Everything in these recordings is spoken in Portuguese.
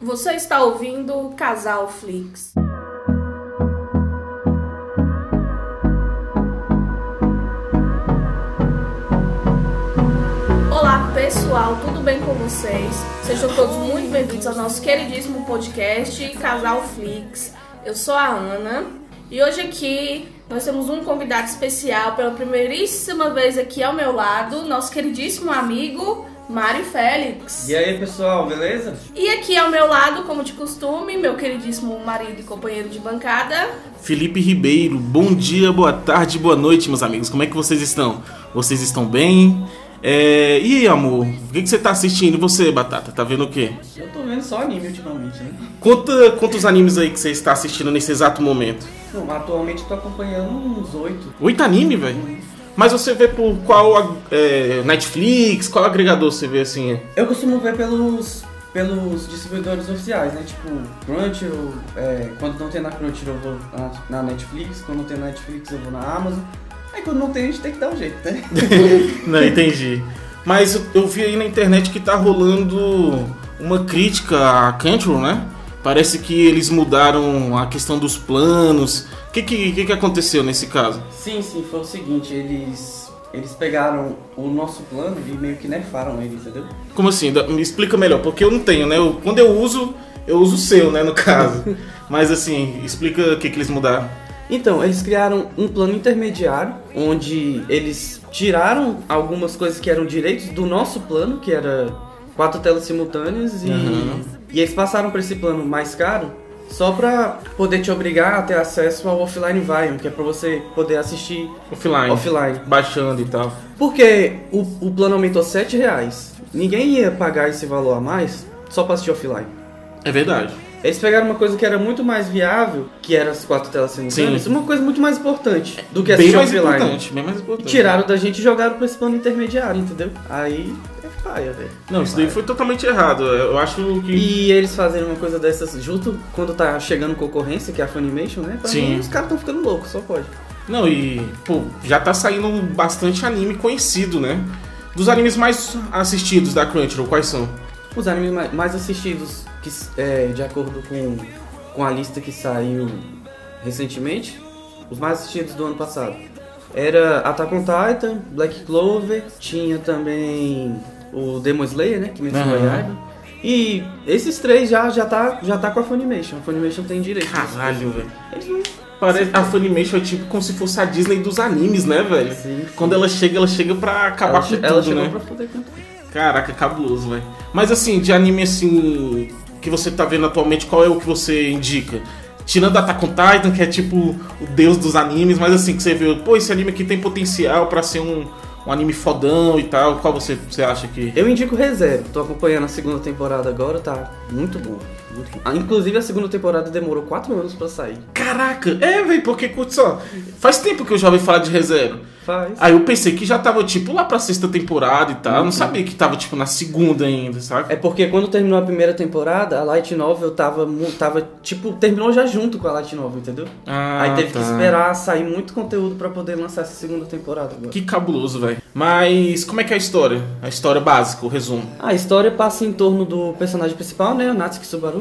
Você está ouvindo Casal Flix. Olá pessoal, tudo bem com vocês? Sejam todos muito bem-vindos ao nosso queridíssimo podcast Casal Flix. Eu sou a Ana e hoje aqui nós temos um convidado especial pela primeiríssima vez aqui ao meu lado, nosso queridíssimo amigo Mário Félix. E aí, pessoal, beleza? E aqui ao meu lado, como de costume, meu queridíssimo marido e companheiro de bancada. Felipe Ribeiro, bom dia, boa tarde, boa noite, meus amigos. Como é que vocês estão? Vocês estão bem? É, E aí, amor? O que, que você tá assistindo? E Você, Batata, tá vendo o quê? Eu tô vendo só anime ultimamente, né? Conta quantos animes aí que você está assistindo nesse exato momento. Não, atualmente eu tô acompanhando uns oito. Oito anime, velho? Mas você vê por qual é, Netflix, qual agregador você vê assim? Eu costumo ver pelos, pelos distribuidores oficiais, né? Tipo, Crunchyroll, é, quando não tem na Crunchyroll eu vou na, na Netflix, quando não tem na Netflix eu vou na Amazon. Aí quando não tem a gente tem que dar um jeito, né? Não, entendi. Mas eu- eu vi aí na internet que tá rolando uma crítica a Crunchyroll, né? Parece que eles mudaram a questão dos planos. O que, que, que que aconteceu nesse caso? Sim, sim, foi o seguinte, eles... Eles pegaram o nosso plano e meio que nerfaram ele, entendeu? Como assim? Da- Me explica melhor, porque eu não tenho, né? Eu- quando eu uso, eu uso o seu, né, no caso. Mas assim, explica o que, que eles mudaram. Então, eles criaram um plano intermediário, onde eles tiraram algumas coisas que eram direitos do nosso plano, que era quatro telas simultâneas, e, Aham. e eles passaram para esse plano mais caro só pra poder te obrigar a ter acesso ao offline environment, que é pra você poder assistir Offline. offline. Baixando e tal. Porque o, o plano aumentou R$ 7 reais, ninguém ia pagar esse valor a mais só pra assistir offline. É verdade. Eles pegaram uma coisa que era muito mais viável, que era as quatro telas simultâneas, Sim. uma coisa muito mais importante do que bem assistir mais offline. é importante, bem mais E importante. tiraram da gente e jogaram pra esse plano intermediário, entendeu? Aí é paia, velho. Não, isso daí foi totalmente errado. Eu acho que. E eles fazerem uma coisa dessas junto quando tá chegando concorrência, que é a Funimation, né? Pra Sim. mim, os caras tão ficando loucos, só pode. Não, e, pô, já tá saindo bastante anime conhecido, né? Dos animes mais assistidos da Crunchyroll, quais são? Os animes mai- mais assistidos, que, s- é, de acordo com, com a lista que saiu recentemente, os mais assistidos do ano passado, era Attack on Titan, Black Clover, tinha também o Demon Slayer, né, que mencionou Aham. uhum. E esses três já, já, tá, já tá com a Funimation. A Funimation tem direito. Caralho, velho. Eles não... Parece a Funimation é tipo como se fosse a Disney dos animes, né, velho? Sim, sim. Quando ela chega, ela chega pra acabar ela, com che- tudo, ela chegou né? pra poder cantar. Caraca, cabuloso, velho. Mas assim, de anime assim que você tá vendo atualmente, qual é o que você indica? Tirando Attack on Titan, que é tipo o deus dos animes, mas assim, que você viu, pô, esse anime aqui tem potencial pra ser um, um anime fodão e tal. Qual você, você acha que. Eu indico Rezero. Tô acompanhando a segunda temporada agora, tá muito bom. Muito bom. Ah, Inclusive a segunda temporada demorou 4 anos pra sair. Caraca, é, velho, porque curte só. Faz tempo que eu já ouvi falar de ReZero. Faz. Aí eu pensei que já tava, tipo, lá pra sexta temporada e tal. Eu não sabia que tava, tipo, na segunda ainda, sabe? É porque quando terminou a primeira temporada, a Light Novel tava, mu- tava tipo, terminou já junto com a Light Novel, entendeu? Ah, Aí teve tá. que esperar sair muito conteúdo pra poder lançar essa segunda temporada agora. Que cabuloso, velho. Mas como é que é a história? A história básica, o resumo. A história passa em torno do personagem principal, né? O Natsuki Subaru.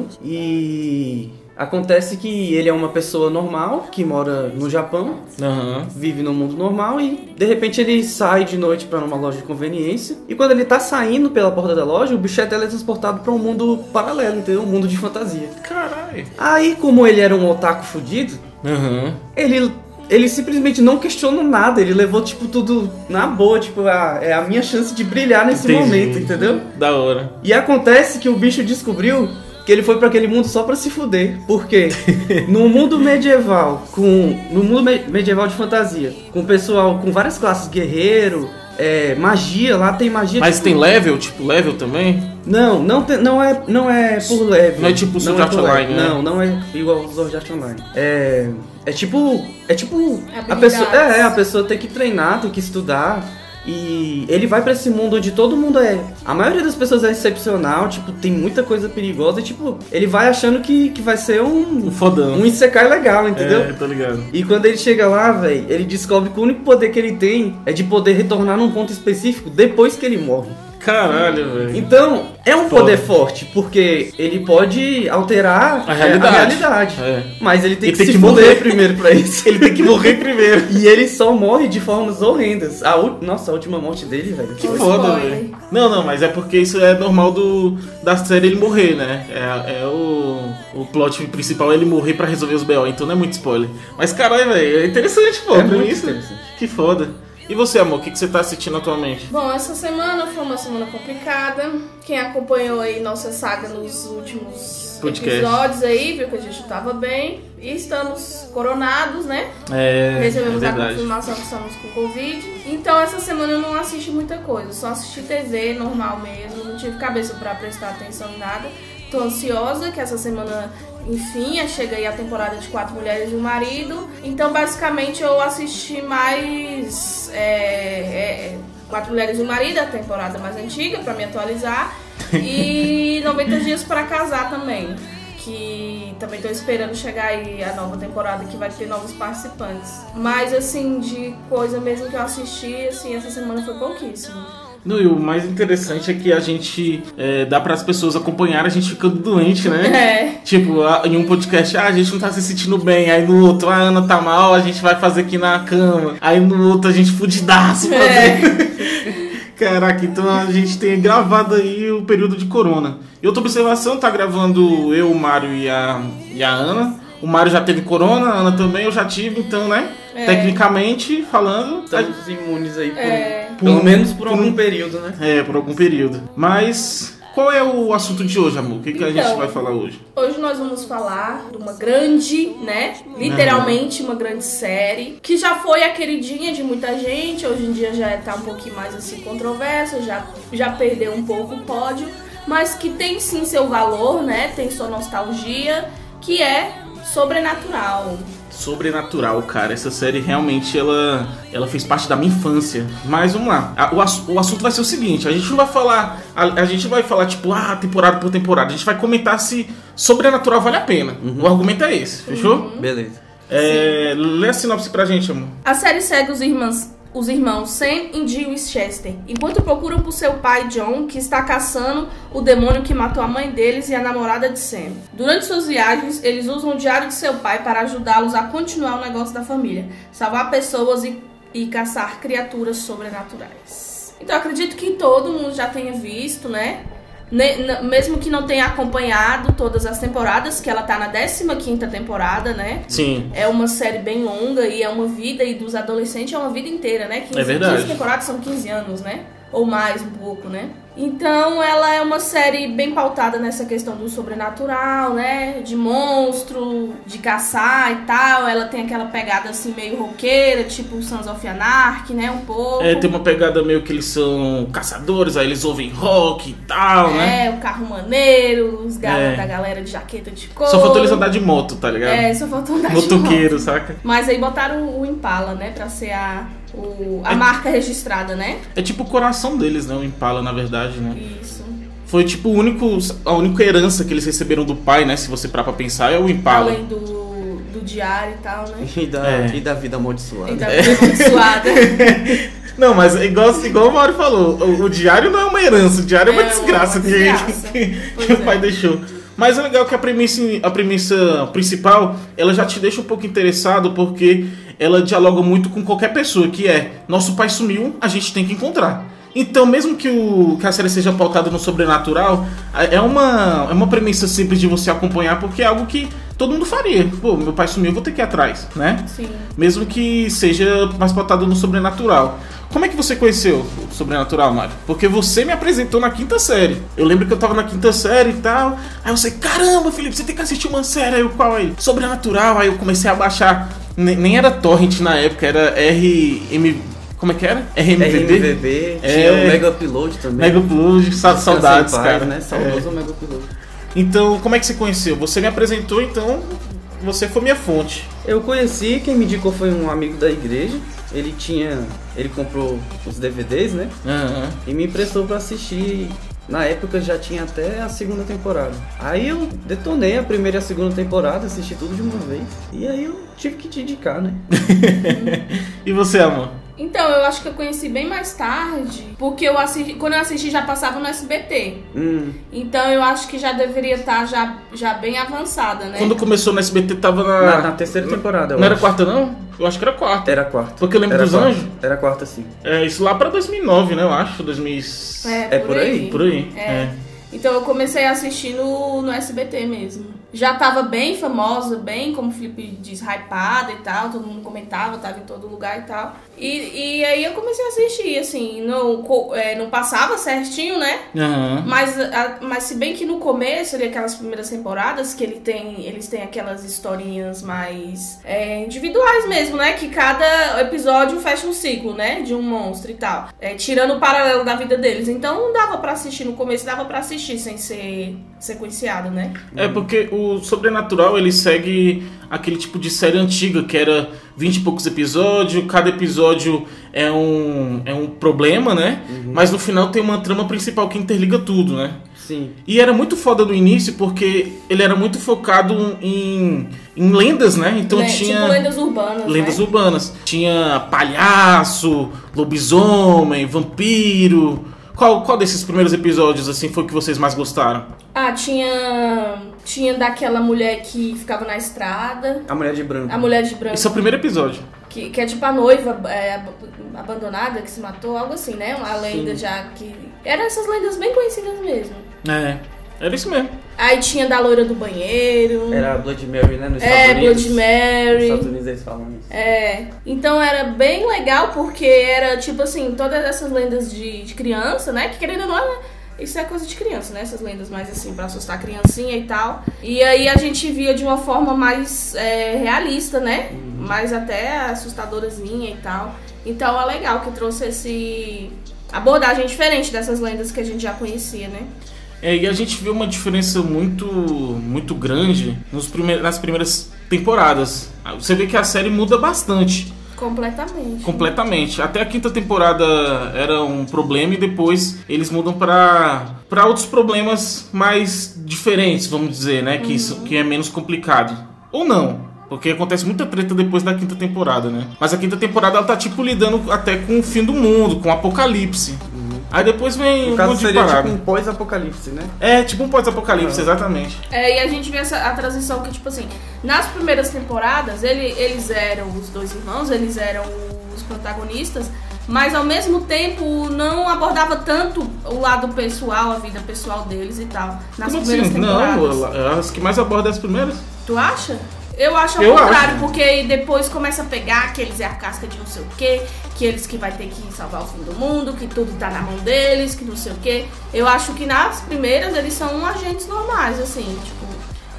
E acontece que ele é uma pessoa normal que mora no Japão, Aham. vive no mundo normal e de repente ele sai de noite pra uma loja de conveniência. E quando ele tá saindo pela porta da loja, o bicho é teletransportado pra um mundo paralelo, entendeu? Um mundo de fantasia. Caralho. Aí, como ele era um otaku fudido, Aham. ele ele simplesmente não questionou nada, ele levou tipo tudo na boa, tipo, ah, é a minha chance de brilhar nesse Entendi. momento, entendeu? Da hora. E acontece que o bicho descobriu que ele foi pra aquele mundo só pra se fuder. Por quê? no mundo medieval, com no mundo me- medieval de fantasia, com pessoal com várias classes, guerreiro, é, magia, lá tem magia. Mas tipo- tem level, tipo, level também? Não, não, tem- não é não é por level. Não é tipo Sword Art por level. Online, né? Não, não é igual o Sword Art Online. É é tipo é tipo a Habilidades. pessoa é, é, a pessoa tem que treinar, tem que estudar. E ele vai pra esse mundo onde todo mundo é. A maioria das pessoas é excepcional, tipo, tem muita coisa perigosa. E, tipo, ele vai achando que, que vai ser O um. fodão. Um Isekai legal, entendeu? É, tô ligado. E quando ele chega lá, velho, ele descobre que o único poder que ele tem é de poder retornar num ponto específico depois que ele morre. Caralho, velho. Então, é um Foda. poder forte, porque ele pode alterar A é, realidade. realidade. É. Mas ele tem Ele que se tem que fuder morrer. primeiro pra isso. Ele tem que morrer primeiro. E ele só morre de formas horrendas. A ú- Nossa, a última morte dele, velho. Que Ou foda, spoiler. velho. Não, não, mas é porque isso é normal do, da série ele morrer, né? É, é o, o plot principal é ele morrer pra resolver os BO, então não é muito spoiler. Mas caralho, velho, é interessante, pô, É pra muito mim isso. interessante. Que foda. E você, amor, o que, que você tá assistindo atualmente? Bom, essa semana foi uma semana complicada. Quem acompanhou aí nossa saga nos últimos Podcast. episódios aí, viu que a gente tava bem. E estamos coronados, né? É, Recebemos a confirmação que estamos com Covid. Então essa semana eu não assisti muita coisa, só assisti TV normal mesmo, não tive cabeça pra prestar atenção em nada. Tô ansiosa que essa semana, enfim, é, chega aí a temporada de Quatro Mulheres e um Marido. Então basicamente eu assisti mais é, é, Quatro Mulheres e um Marido, a temporada mais antiga, pra me atualizar. E 90 Dias pra Casar também. Que também tô esperando chegar aí a nova temporada que vai ter novos participantes. Mas assim, de coisa mesmo que eu assisti, assim, essa semana foi pouquíssimo. Não, e o mais interessante é que a gente é, dá pras pessoas acompanhar a gente ficando doente, né? É. Tipo, a- em um podcast, ah, a gente não tá se sentindo bem. Aí no outro, ah, a Ana tá mal, a gente vai fazer aqui na cama. Aí no outro, a gente É. fudidaço. fazendo. Caraca, então a gente tem gravado aí o período de corona. E outra observação, tá gravando eu, o Mário e a, e a Ana. O Mário já teve corona, a Ana também, eu já tive, então, né? É. Então. Tecnicamente falando, a Estamos imunes aí por, um, É. pelo Por- um menos por por- algum período, né? É, por algum período. Mas qual é o assunto de hoje, amor? O que, que a Então. gente vai falar hoje? Hoje nós vamos falar de uma grande, né? Literalmente uma grande série. Que já foi a queridinha de muita gente. Hoje em dia já tá um pouquinho mais assim controversa, já, já perdeu um pouco o pódio. Mas que tem sim seu valor, né? Tem sua nostalgia, que é sobrenatural. Sobrenatural, cara. Essa série realmente ela, ela fez parte da minha infância. Mas vamos lá. A- o, ass- o assunto vai ser o seguinte: a gente não vai falar. A, a gente vai falar, tipo, ah, temporada por temporada. A gente vai comentar se sobrenatural vale a pena. O argumento é esse, fechou? Uhum. Beleza. É, lê a sinopse pra gente, amor. A série segue os irmãs- os irmãos Sam e Jill Winchester, enquanto procuram por seu pai John, que está caçando o demônio que matou a mãe deles e a namorada de Sam. Durante suas viagens, eles usam o diário de seu pai para ajudá-los a continuar o negócio da família, salvar pessoas e, e caçar criaturas sobrenaturais. Então acredito que todo mundo já tenha visto, né? Ne- n- mesmo que não tenha acompanhado todas as temporadas, que ela tá na 15 quinta temporada, né? Sim. É uma série bem longa e é uma vida, e dos adolescentes é uma vida inteira, né? 15, É verdade. 15 temporadas são 15 anos, né? Ou mais um pouco, né? Então ela é uma série bem pautada nessa questão do sobrenatural, né? De monstro, de caçar e tal. Ela tem aquela pegada assim meio roqueira, tipo Sons of Anarchy, né? Um pouco. É, tem uma pegada meio que eles são caçadores, aí eles ouvem rock e tal, né? É, o carro maneiro, os gar... É. da galera de jaqueta de couro. Só faltou eles andar de moto, tá ligado? É, só faltou andar de moto. Motoqueiro, saca? Mas aí botaram o- o Impala, né? Pra ser a, o- É. a marca registrada, né? É tipo o coração deles, né? O Impala, na verdade, né? Isso. Foi tipo o único, a única herança que eles receberam do pai, né? Se você parar pra pensar, é o Impala. Além do, do diário e tal, né? E da, É. e da vida amaldiçoada. Então, É. abençoada. Não, mas é igual, igual o Mauro falou, o, o diário não é uma herança, o diário é uma É, desgraça, uma que- desgraça. que, Pois que o é. pai deixou. Mas é legal que a premissa, a premissa principal, ela já te deixa um pouco interessado, porque ela dialoga muito com qualquer pessoa, que é, nosso pai sumiu, a gente tem que encontrar. Então, mesmo que, o, que a série seja pautada no sobrenatural, a- é uma, é uma premissa simples de você acompanhar, porque é algo que todo mundo faria. Pô, meu pai sumiu, eu vou ter que ir atrás, né? Sim. Mesmo que seja mais pautado no sobrenatural. Como é que você conheceu o sobrenatural, Mário? Porque você me apresentou na quinta série. Eu lembro que eu tava na quinta série e tal. Aí eu sei, caramba, Felipe, você tem que assistir uma série. Aí eu, qual aí? Sobrenatural. Aí eu comecei a baixar. Ne- nem era Torrent na época, era RM. Como é que era? RMVD? RMVB, É. tinha o Mega Upload também. Mega Upload, sa- Descansa em saudades, paz, cara. É. Né? Saudoso Mega Upload. Então, como é que você conheceu? Você me apresentou, então você foi minha fonte. Eu conheci, quem me indicou foi um amigo da igreja. Ele tinha. Ele comprou os DVDs, né? Aham. E me emprestou pra assistir. Na época já tinha até a segunda temporada. Aí eu detonei a primeira e a segunda temporada, assisti tudo de uma vez. E aí eu tive que te indicar, né? E você, amor? Então, eu acho que eu conheci bem mais tarde, porque eu assisti, quando eu assisti já passava no SBT. Hum, Então eu acho que já deveria estar já, já bem avançada, né? Quando começou no SBT tava na. na, na terceira temporada, eu Não era acho. quarta, não? Eu acho que era quarta. Era quarta. Porque eu lembro Era dos quarta. anjos. Era quarta, sim. É, isso lá pra 2009, né? Eu acho. 2000... é por aí, Por aí. É. É. Então eu comecei a assistir no, no SBT mesmo. Já tava bem famosa, bem, como o Felipe diz, hypada e tal, todo mundo comentava, tava em todo lugar e tal. E, e aí eu comecei a assistir, assim, não, co- é, não passava certinho, né? É. Aham. Mas, a- mas se bem que no começo, ali, aquelas primeiras temporadas, que ele tem, eles têm aquelas historinhas mais é, individuais mesmo, né? Que cada episódio fecha um ciclo, né? De um monstro e tal. É, tirando o paralelo da vida deles. Então não dava pra assistir no começo, dava pra assistir sem ser sequenciado, né? É porque o Sobrenatural ele segue aquele tipo de série antiga que era 20 e poucos episódios, cada episódio é um, é um problema, né? Uhum. Mas no final tem uma trama principal que interliga tudo, né? Sim. E era muito foda no início porque ele era muito focado em, em lendas, né? Então Le- tinha Tipo lendas urbanas. lendas né? urbanas. Tinha palhaço, lobisomem, vampiro. Qual, qual desses primeiros episódios assim foi que vocês mais gostaram? Ah, tinha. Tinha daquela mulher que ficava na estrada. A Mulher de Branco. A mulher de branco. Esse é o primeiro episódio. Que, que é tipo a noiva é, ab- abandonada que se matou, algo assim, né? Uma lenda já que. Eram essas lendas bem conhecidas mesmo. É, era isso mesmo. Aí tinha da loira do banheiro. Era Blood Mary, né? Nos é, Estados Unidos. Blood Nos Mary. Estados Unidos eles falam isso. É. Então era bem legal porque era tipo assim, todas essas lendas de, de criança, né? Que querendo ou não, né? isso é coisa de criança, né? Essas lendas mais assim, pra assustar a criancinha e tal. E aí a gente via de uma forma mais é, realista, né? Mais até assustadorazinha e tal. Então é legal que trouxe esse abordagem diferente dessas lendas que a gente já conhecia, né? É, e a gente vê uma diferença muito muito grande nos prime- nas primeiras temporadas. Você vê que a série muda bastante, Completamente. completamente. Até a quinta temporada era um problema e depois eles mudam pra para outros problemas mais diferentes, vamos dizer, né? Que, isso, que é menos complicado. Ou não. Porque acontece muita treta depois da quinta temporada, né? Mas a quinta temporada ela tá tipo lidando até com o fim do mundo, com o apocalipse. Aí depois vem Uhum. No um caso monte de seria parada. tipo Uhum. um pós-apocalipse, né? É, tipo um pós-apocalipse, exatamente. É, e a gente vê essa, a transição que, tipo assim, nas primeiras temporadas, ele, eles eram os dois irmãos, eles eram os protagonistas, mas ao mesmo tempo não abordava tanto o lado pessoal, a vida pessoal deles e tal. Nas Como primeiras assim? Não, temporadas. ela- as que mais abordam as primeiras. Tu acha? Eu acho ao Eu contrário, acho. porque aí depois começa a pegar que eles é a casca de não sei o quê, que eles que vai ter que salvar o fim do mundo, que tudo tá na mão deles, que não sei o quê. Eu acho que nas primeiras eles são agentes normais, assim, tipo,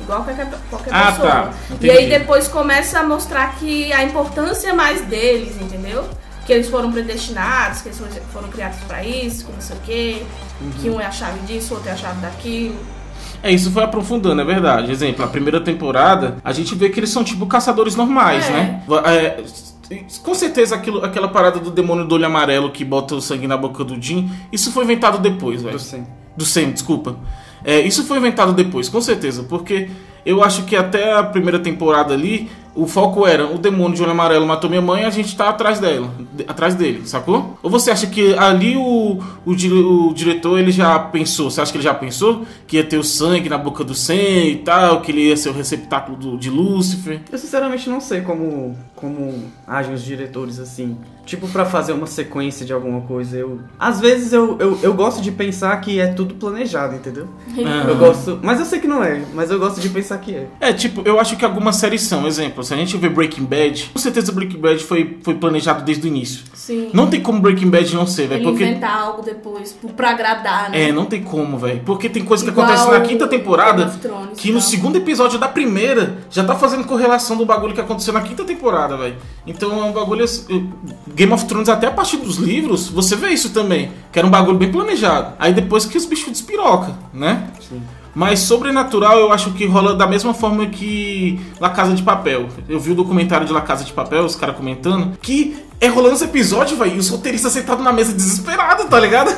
igual qualquer, qualquer Ah, pessoa. tá. E aí Entendi. depois começa a mostrar que a importância é mais deles, entendeu? Que eles foram predestinados, que eles foram- foram criados pra isso, que não sei o quê, Uhum. que um é a chave disso, outro é a chave daquilo. É, isso foi aprofundando, é verdade. Exemplo, a primeira temporada, a gente vê que eles são tipo caçadores normais, É. né? Va- é, com certeza aquilo, aquela parada do demônio do olho amarelo que bota o sangue na boca do Jim, isso foi inventado depois, velho. Eu sei. Do Sam, desculpa. É, isso foi inventado depois, com certeza, porque eu acho que até a primeira temporada ali, o foco era o demônio de olho amarelo matou minha mãe e a gente tá atrás dela, de- atrás dele, sacou? Ou você acha que ali o, o, di- o diretor ele já pensou, você acha que ele já pensou que ia ter o sangue na boca do Sam e tal, que ele ia ser o receptáculo do- de Lúcifer? Eu sinceramente não sei como, como agem os diretores assim. Tipo, pra fazer uma sequência de alguma coisa, eu. Às vezes eu, eu, eu gosto de pensar que é tudo planejado, entendeu? Ah. Eu gosto. Mas eu sei que não é, mas eu gosto de pensar que é. É, tipo, eu acho que algumas séries são, exemplo, se a gente vê Breaking Bad, com certeza Breaking Bad foi, foi planejado desde o início. Sim. Não tem como Breaking Bad não ser, velho, Ele porque... inventar algo depois pro- pra agradar, né? É, não tem como, velho. Porque tem coisa que Igual acontece na quinta Game temporada of Thrones, que no tá? segundo episódio da primeira já tá fazendo correlação do bagulho que aconteceu na quinta temporada, velho. Então é um bagulho. assim, Game of Thrones, até a partir dos livros, você vê isso também. Que era um bagulho bem planejado. Aí depois que os bichos despirocam, né? Sim. Mas Sobrenatural eu acho que rola da mesma forma que La Casa de Papel. Eu vi o documentário de La Casa de Papel, os caras comentando, que é rolando esse episódio, velho, e os roteiristas sentados na mesa desesperado, tá ligado?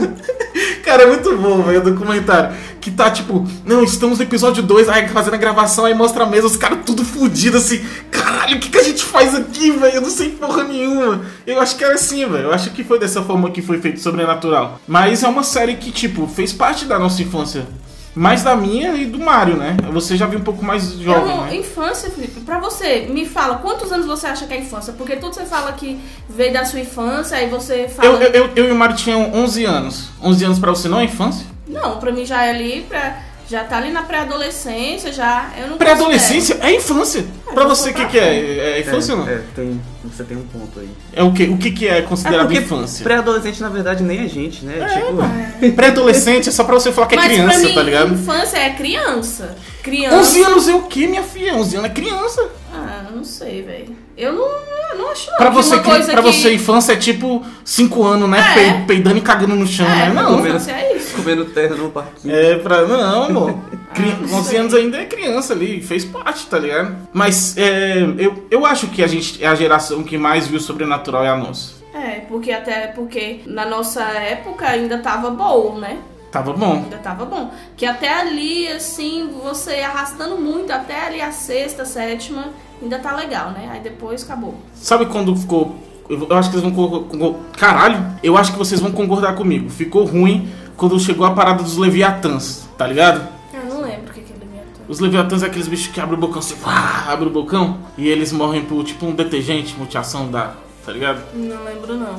cara, é muito bom, velho, o documentário. Que tá tipo, não, estamos no episódio 2, aí fazendo a gravação, aí mostra a mesa, os caras tudo fudido assim, caralho, o que, que a gente faz aqui, velho? Eu não sei porra nenhuma. Eu acho que era assim, velho. Eu acho que foi dessa forma que foi feito Sobrenatural. Mas é uma série que, tipo, fez parte da nossa infância. Mais da minha e do Mario, né? Você já viu um pouco mais Eu jovem, não, né? É infância, Felipe, pra você, me fala, quantos anos você acha que é infância? Porque tudo você fala que veio da sua infância, aí você Eu, fala. eu, eu, eu e o Mario tinham 11 anos. 11 anos pra você não é infância? Não, pra mim já é ali, pra, já tá ali na pré-adolescência, já. Eu não Pré-adolescência é infância. Pra você, o que, que é? É infância é, ou não? É, tem, você tem um ponto aí. É o que? O que, que é É considerado porque infância? Pré-adolescente, na verdade, nem a gente, né? tipo, Pré-adolescente é só pra você falar que é Mas criança, pra mim, tá ligado? infância é criança. Criança. 11 anos é o quê, minha filha? 11 anos é criança. Ah, eu não sei, velho. Eu não, eu não acho não Pra que você, uma que- coisa pra que... você, infância é tipo 5 anos, né? É. Pe- Peidando e cagando no chão, É, né? pra Não. mim, infância é isso. comendo terra no parquinho. É, pra. Não, amor. Cri... Ah, não 11 sei. anos ainda é criança ali, fez parte, tá ligado? Mas é, eu, eu acho que a gente é a geração que mais viu sobrenatural é a nossa. É, porque até porque na nossa época ainda tava bom, né? Tava bom. Ainda tava bom. Que até ali, assim, você arrastando muito, até ali a sexta, sétima, ainda tá legal, né? Aí depois acabou. Sabe quando ficou. Eu eu acho que vocês vão. co- co- Caralho! Eu acho que vocês vão concordar comigo. Ficou ruim quando chegou a parada dos Leviatãs, tá ligado? Ah, Eu não lembro o que que ele me ator. Os Leviatãs é aqueles bichos que abrem o bocão assim, pá, abre o bocão e eles morrem por tipo um detergente, mutiação da. tá ligado? Não lembro, não.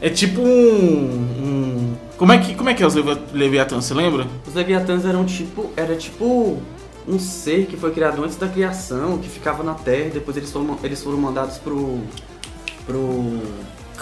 É tipo um. um- Como é que, como é, que é os Levia- Leviatãs, você lembra? Os leviatãs eram tipo. Era tipo um ser que foi criado antes da criação, que ficava na Terra, depois eles foram, eles foram mandados pro. pro.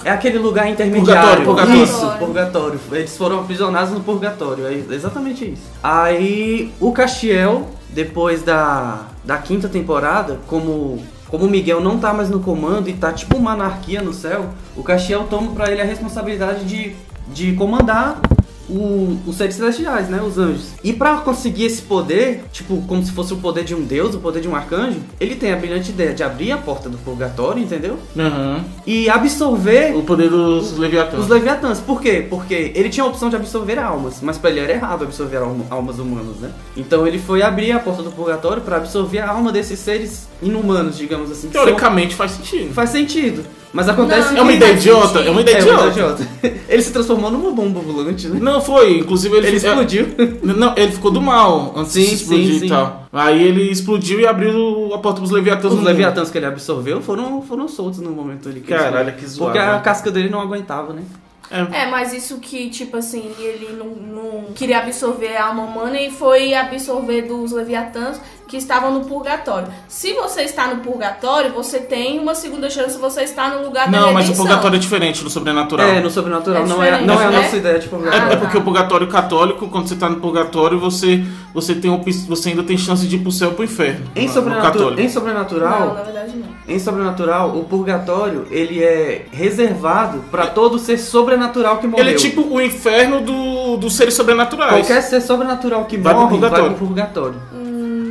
É aquele lugar intermediário. Purgatório, purgatório. Isso, purgatório. Eles foram aprisionados no purgatório. É exatamente isso. Aí o Castiel, depois da, da quinta temporada, como. Como o Miguel não tá mais no comando e tá tipo uma anarquia no céu, o Castiel toma pra ele a responsabilidade de, de comandar o- os seres celestiais, né? Os anjos. E pra conseguir esse poder, tipo, como se fosse o poder de um deus, o poder de um arcanjo, ele tem a brilhante ideia de abrir a porta do purgatório, entendeu? Aham. E absorver O poder dos Leviatãs. os Leviatãs. Por quê? Porque ele tinha a opção de absorver almas, mas pra ele era errado absorver alm- almas humanas, né? Então ele foi abrir a porta do purgatório pra absorver a alma desses seres inumanos, digamos assim. que são- Teoricamente faz sentido. Faz sentido. Mas acontece Não, que... É uma ideia Faz idiota, sentido. é uma ideia É, uma idiota. idiota. Ele se transformou numa bomba ambulante, né? Não foi, inclusive ele, Ele é- explodiu. Não, ele ficou do mal antes Sim, de explodir sim, e sim. tal. Aí ele explodiu e abriu a porta pros Leviatãs. Os no leviatãs que ele absorveu foram, foram soltos no momento ali. Que eles- Caralho, que zoado, Porque a né? casca dele não aguentava, né? mundo. É. É, mas isso que, tipo assim, ele não, não queria absorver a alma humana e foi absorver dos leviatãs que estavam no purgatório. Se você está no purgatório, você tem uma segunda chance, você está no lugar da Não, mas o redenção. purgatório é diferente do sobrenatural. É, no sobrenatural. É não é, não é a diferente, né? nossa ideia de É, purgatório. é porque o purgatório católico, quando você tá no purgatório, você, você, tem, op- você ainda tem chance de ir pro céu ou pro inferno. Em, no- no sobrenatu- católico. em é sobrenatural, Não, na verdade não. Em sobrenatural, o purgatório ele é reservado pra todo ser sobrenatural que morreu. Ele é tipo o inferno do, dos seres sobrenaturais. qualquer ser sobrenatural que Vai pro morre vai purgatório. pro purgatório.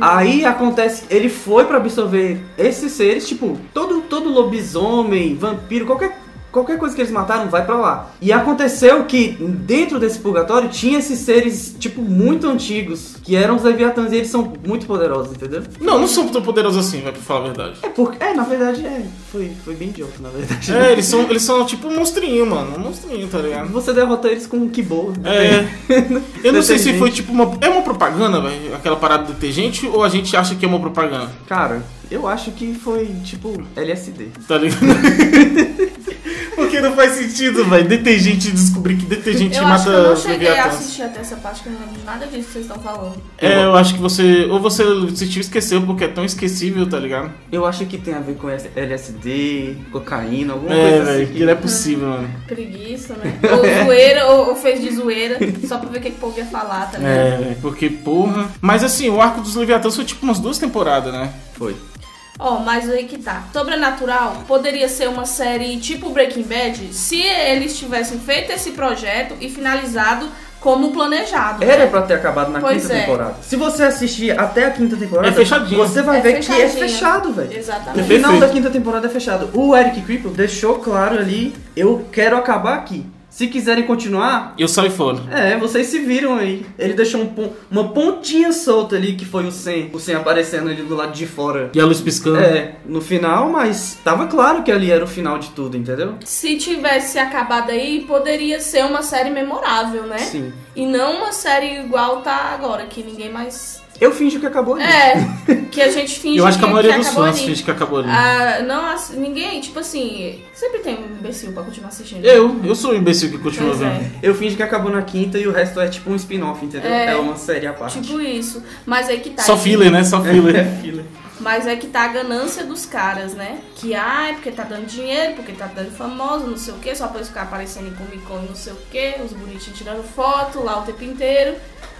Aí acontece, ele foi pra absorver esses seres, tipo todo todo lobisomem, vampiro, qualquer Qualquer coisa que eles mataram vai pra lá. E aconteceu que dentro desse purgatório tinha esses seres, tipo, muito antigos, que eram os Leviatãs, e eles são muito poderosos, entendeu? Não, não são tão poderosos assim, vai pra falar a verdade. É porque. É, na verdade, é. Foi, foi bem idiota, na verdade. É, eles são, eles são tipo um monstrinho, mano. Um monstrinho, tá ligado? Você derrota eles com um Kibo. É. Eu não sei se Detergente. foi tipo uma. É uma propaganda, velho? Aquela parada do detergente ou a gente acha que é uma propaganda? Cara, eu acho que foi tipo LSD. Tá ligado? Porque não faz sentido, velho. Detergente descobrir que detergente eu acho que eu mata não os cheguei a leviatãs. assistir até essa parte, que eu não lembro de nada disso que vocês estão falando. É, eu acho que você. Ou você assistiu e esqueceu, porque é tão esquecível, tá ligado? Eu acho que tem a ver com LSD, cocaína, alguma É, coisa velho, assim. que não é possível, mano. Preguiça, né? Ou zoeira, ou, ou fez de zoeira, só pra ver o que, que o povo ia falar, tá ligado? É, velho, porque porra. Mas assim, o arco dos Leviatãs foi tipo umas duas temporadas, né? Foi. Ó, mas aí que tá. Sobrenatural poderia ser uma série tipo Breaking Bad se eles tivessem feito esse projeto e finalizado como planejado. né? Era pra ter acabado na Pois quinta é. temporada. Se você assistir até a quinta temporada, É fechadinho. você vai É ver que é fechadinho. fechado, velho. No Exatamente. Perfeito. final da quinta temporada é fechado. O Eric Cripple deixou claro ali, eu quero acabar aqui. Se quiserem continuar, Eu saio fora. é, vocês se viram aí. Ele deixou um pon- uma pontinha solta ali, que foi o Sen. O Sen aparecendo ali do lado de fora. E a luz piscando. É, Uhum. no final, mas tava claro que ali era o final de tudo, entendeu? Se tivesse acabado aí, poderia ser uma série memorável, né? Sim. E não uma série igual tá agora, que ninguém mais. Eu finjo que acabou ali. É, que a gente finge Eu acho que a maioria dos acabou fãs ali. finge que acabou ali. Ah, não, ass- ninguém, tipo assim, sempre tem um imbecil pra continuar assistindo. Eu, eu sou o imbecil que continua Pois vendo. é, Eu finjo que acabou na quinta e o resto é tipo um spin-off, entendeu? É. É, uma série à parte. tipo isso. Mas aí que tá. Só filler, né? Só É, filler. filler. Mas é que tá a ganância dos caras, né? Que ai, porque tá dando dinheiro, porque tá dando famoso, não sei o que, só pra eles ficar aparecendo em Comic Con não sei o que, os bonitinhos tirando foto lá o tempo inteiro.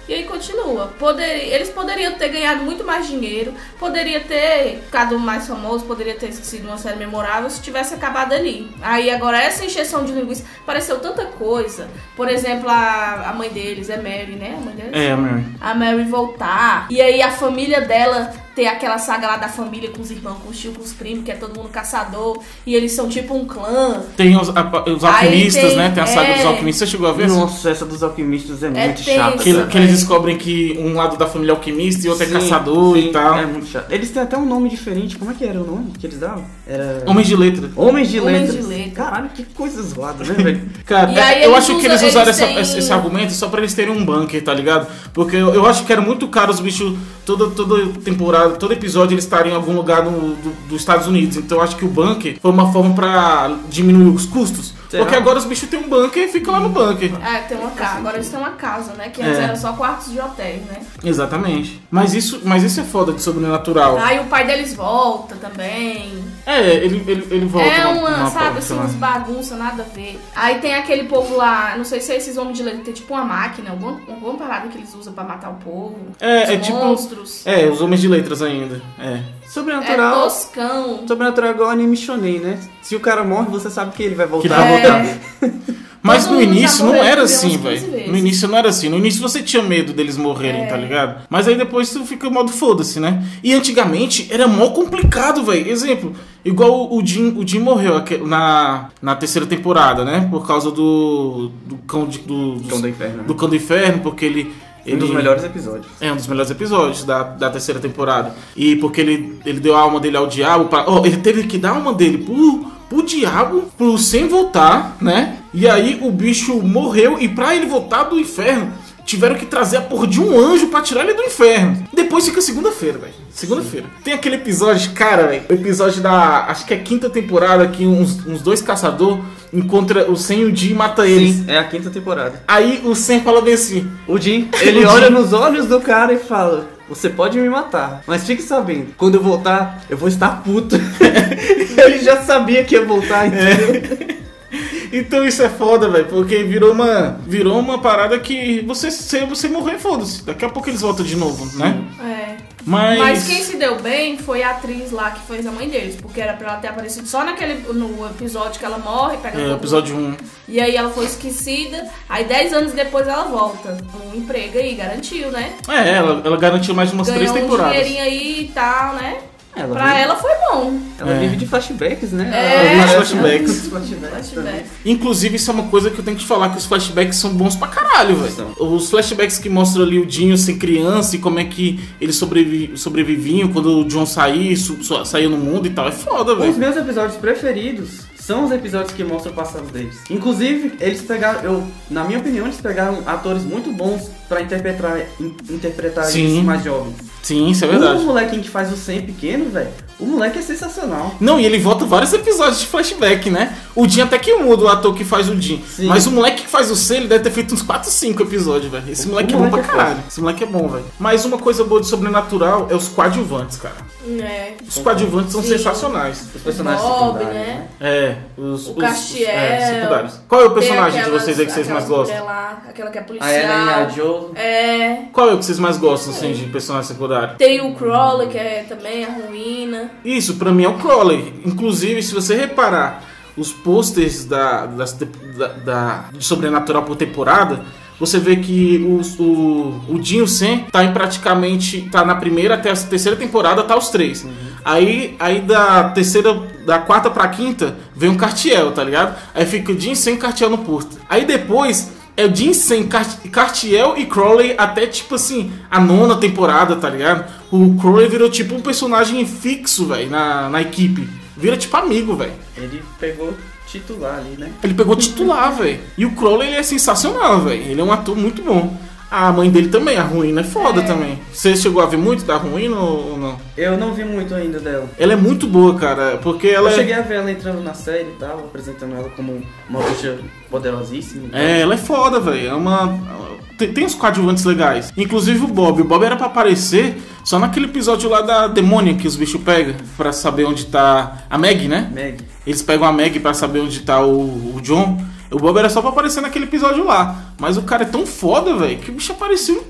E aí continua. Poder... Eles poderiam ter ganhado muito mais dinheiro, poderia ter ficado mais famoso, poderia ter sido uma série memorável se tivesse acabado ali. Aí agora essa injeção de linguiça pareceu tanta coisa. Por exemplo, a, a mãe deles é Mary, né? A mãe deles É, Mary. a Mary voltar. E aí a família dela ter aquela saga lá da família com os irmãos, com os tios, com os primos, que é todo mundo caçador. E eles são tipo um clã. Tem os, a- os Aí alquimistas, tem- né? Tem a saga é. dos alquimistas. Você chegou a ver? essa? Nossa, essa dos alquimistas é, muito tenso. chata. Tá Que, cara. que eles descobrem que um lado da família é alquimista e outro Sim, é caçador sim, e tal. É muito chato. Eles têm até um nome diferente. Como é que era o nome que eles davam? Era. Homens de letra. Homens de Homens letras. de Letras. Caralho, que coisa zoada, né, velho? Cara, é, E aí eu eles acho que usam- eles usaram eles essa- têm- esse, esse argumento só pra eles terem um bunker, tá ligado? Porque eu, eu acho que era muito caro os bichos, toda, toda temporada, todo episódio eles estarem em algum lugar no- do- dos Estados Unidos. Então eu acho que o bunker foi uma forma pra diminuir os custos. Será? Porque agora os bichos têm um bunker e ficam lá no bunker. É, tem uma casa. Agora eles têm uma casa, né? Que antes É. era só quartos de hotéis, né? Exatamente. Mas isso, mas isso é foda de sobrenatural. Aí o pai deles volta também. É, ele, ele, ele volta. é numa- uma, numa sabe, parte assim, lá. uns bagunça, nada a ver. Aí tem aquele povo lá, não sei se é esses homens de letra, tem tipo uma máquina, alguma, alguma parada que eles usam pra matar o povo. É, os é tipo- monstros. É, os homens de letras ainda. É. É Sobrenatural. toscão. Sobrenatural é igual anime shonen, né? Se o cara morre, você sabe que ele vai voltar. Que vai voltar. É. Mas Todo no mundo já início não morreu era umas assim, 15 velho. vezes. É. No início não era assim. No início você tinha medo deles morrerem, tá ligado? Mas aí depois tu fica o modo foda-se, né? E antigamente era mó complicado, velho. Exemplo, igual o Jim, o Jim morreu aque- na, na terceira temporada, né? Por causa do. do cão de- do, dos- Cão do Inferno. do Cão do Inferno, porque ele. Um ele dos melhores episódios. é um dos melhores episódios da, da terceira temporada. E porque ele, ele deu a alma dele ao diabo. Pra, ó, ele teve que dar a alma dele pro, pro diabo, pro sem voltar, né? E aí o bicho morreu. E pra ele voltar do inferno, tiveram que trazer a porra de um anjo pra tirar ele do inferno. Depois fica segunda-feira, velho. Segunda-feira. Tem aquele episódio, cara, velho. O episódio da. Acho que é quinta temporada que uns, uns dois caçadores encontra o Sen e o Jim e mata eles. Sim, é a quinta temporada. Aí o Sen fala bem assim. O Jim, ele O Jim. olha nos olhos do cara e fala: Você pode me matar, mas fique sabendo, quando eu voltar, eu vou estar puto. ele já sabia que ia voltar, É. entendeu? Então isso é foda, velho, porque virou uma, virou uma parada que você, você, você morrer, foda-se. Daqui a pouco eles voltam de novo, né? É. Mas. Mas quem se deu bem foi a atriz lá que fez a mãe deles, porque era pra ela ter aparecido só naquele no episódio que ela morre, pega É, fogo. episódio 1. E aí ela foi esquecida, aí 10 anos depois ela volta. Um emprego aí, garantiu, né? É, ela, ela garantiu mais de umas Ganhou três um temporadas. dinheirinho aí e tal, né? Ela pra vive- ela foi bom. Ela É. vive de flashbacks, né? É. Ela vive de Flashbacks. flashbacks. também. Flashback. Inclusive, isso é uma coisa que eu tenho que te falar, que os flashbacks são bons pra caralho, velho. Os flashbacks que mostram ali o Dinho ser criança e como é que ele sobrevi sobreviviam quando o John sair, su- su- saiu no mundo e tal, é foda, Os velho. meus episódios preferidos são os episódios que mostram o passado deles. Inclusive, eles pegaram, eu, na minha opinião, eles pegaram atores muito bons pra interpretar, in- interpretar Sim. eles mais jovens. Sim, isso é verdade. O molequinho que faz o 100 pequeno, velho, o moleque é sensacional. Não, e ele volta vários episódios de flashback, né? O Jim até que muda o ator que faz o Jim. Sim. Mas o moleque que faz o C, ele deve ter feito uns 4, 5 episódios, velho. Esse O- moleque, o é bom moleque pra é foda. caralho. Esse moleque é bom, velho. Mas uma coisa boa de Sobrenatural é os coadjuvantes, cara. É. Os coadjuvantes são Sim. sensacionais. Os personagens Bob, secundários, né? É, os... O os- Castiel. é, secundários. Qual é o personagem Tem de vocês aí que vocês aquelas- mais gostam? aquela mulher lá, aquela que é policial. A Ellen e a Joe. É. Qual é o que vocês mais gostam, assim, de personagem secundário? Tem o Crawler, que é também a ruína. Isso, pra mim é o Crowley. Inclusive, se você reparar os posters da, das te- da, da- de Sobrenatural por temporada, Você vê que os- o, o Jin e o Sen tá em praticamente. tá na primeira até a terceira temporada, tá os três. Aí, aí da terceira. da quarta pra quinta, vem um Cartiel, tá ligado? Aí fica o Jin Sen e Cartiel no porto. Aí depois. É o Jin Sen, Cart- Cartiel e Crowley até, tipo assim, a nona temporada, tá ligado? O Crowley virou, tipo, um personagem fixo, velho, na, na equipe. Vira, tipo, amigo, velho. Ele pegou titular ali, né? Ele pegou titular, velho. E o Crowley, ele é sensacional, velho. Ele é um ator muito bom. A mãe dele também, a Ruína, é foda também. Você chegou a ver muito da Ruína ou ou não? Eu não vi muito ainda dela. Ela é muito boa, cara, porque ela Eu é- cheguei a ver ela entrando na série e tal, apresentando ela como uma bruxa poderosíssima. né? É, ela é foda, velho. É uma. Tem, tem uns coadjuvantes legais. Inclusive o Bob. O Bob era pra aparecer só naquele episódio lá da demônia que os bichos pegam pra saber onde tá a Meg, né? Meg. Eles pegam a Meg pra saber onde tá o, o John. O Bob era só pra aparecer naquele episódio lá. Mas o cara é tão foda, velho, que o bicho apareceu.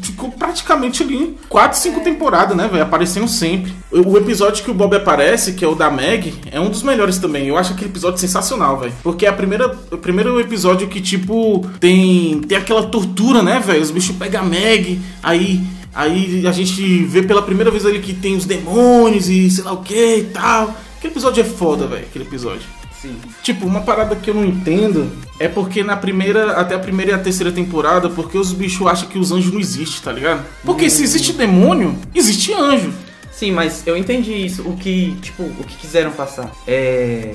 Ficou praticamente ali em 4, 5 temporadas, né, velho? Aparecendo sempre. O o episódio que o Bob aparece, que é o da Meg, é um dos melhores também. Eu acho aquele episódio sensacional, velho. Porque é a primeira, o primeiro episódio que, tipo, tem, tem aquela tortura, né, velho? Os bichos pegam a Meg, aí Aí a gente vê pela primeira vez ali que tem os demônios e sei lá o que e tal. Aquele episódio é foda, velho, aquele episódio. Sim. Tipo, uma parada que eu não entendo é porque na primeira, até a primeira e a terceira temporada, porque os bichos acham que os anjos não existem, tá ligado? Porque se existe demônio, existe anjo. Sim, mas eu entendi isso. O que, tipo, o que quiseram passar. É.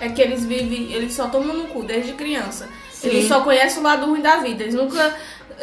É que eles vivem, eles só tomam no cu desde criança. Sim. Eles só conhecem o lado ruim da vida. Eles nunca.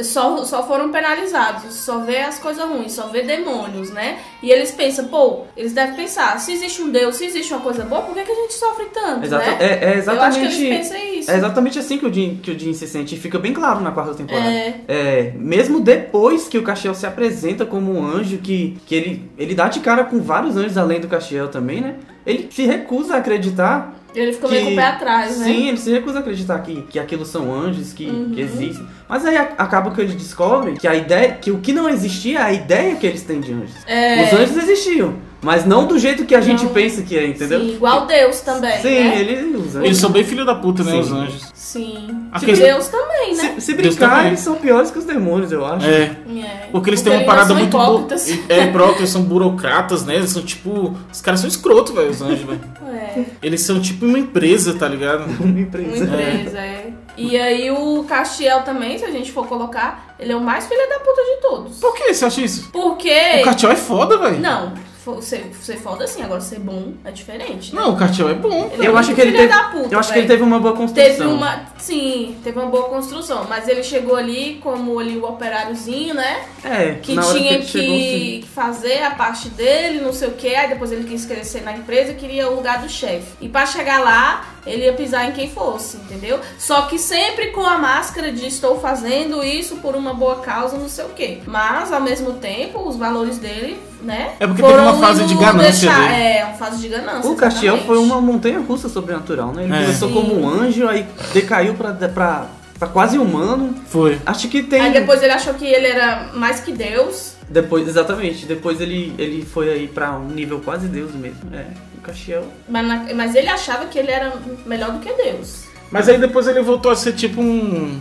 Só, só foram penalizados, só vê as coisas ruins, só vê demônios, né? E eles pensam, pô, eles devem pensar, se existe um Deus, se existe uma coisa boa, por que, que a gente sofre tanto, Exata né? é, é Eu acho que eles exatamente. pensam isso. É exatamente assim que o Jim, que o Jim se sente. E fica bem claro na quarta temporada. É. É, mesmo depois que o Castiel se apresenta como um anjo, que, que ele, ele dá de cara com vários anjos além do Castiel também, né? Ele se recusa a acreditar. Ele ficou meio com o pé atrás, né? Sim, ele se recusa a acreditar que, que aquilo são anjos, que, Uhum. que existem. Mas aí a- acaba que ele descobre que a ideia. que o que não existia é a ideia que eles têm de anjos. É. Os anjos existiam, mas não do jeito que a gente Não. pensa que é, entendeu? Sim, igual Deus também, Sim, né? ele os anjos. Eles são bem filho da puta, né, Sim. os anjos. Sim. A Tipo, questão- Deus também, né? Se, se Deus brincar, também. eles são piores que os demônios, eu acho. É, É. Porque eles têm uma não parada são muito boa. hipócritas. É, próprio, eles são burocratas, né? Eles são tipo. Os caras são escroto, velho, os anjos, velho. É. Eles são tipo uma empresa, tá ligado? Uma Uma empresa. empresa, é. E aí o Castiel também, se a gente for colocar, ele é o mais filho da puta de todos. Por que você acha isso? Porque. O Cartiel é foda, velho. Não, fo- ser, ser foda assim, agora ser bom é diferente. né? Não, o Cartiel é bom. é Eu acho muito que ele filho teve- da puta, Eu acho que ele velho. teve uma boa Teve construção. uma. Sim, teve uma boa construção. Mas ele chegou ali como ali o operáriozinho, né? É, Que na hora tinha ele que, chegou, assim, sim. que fazer a parte dele, não sei o que. Aí depois ele quis crescer na empresa e queria o lugar do chefe. E pra chegar lá, ele ia pisar em quem fosse, entendeu? Só que sempre com a máscara de estou fazendo isso por uma boa causa, não sei o que. Mas, ao mesmo tempo, os valores dele, né? É porque teve uma fase de indo ganância deixar- dele. É, uma fase de ganância. O Castiel exatamente. foi uma montanha russa sobrenatural, né? Ele É. começou Sim. como um anjo, aí decaiu pra, pra, pra quase humano. Foi. Acho que tem. Aí depois ele achou que ele era mais que Deus. Depois- exatamente. Depois ele, ele foi aí pra um nível quase Deus mesmo. É, o Castiel. Mas, na- mas ele achava que ele era melhor do que Deus. Mas aí depois ele voltou a ser tipo um,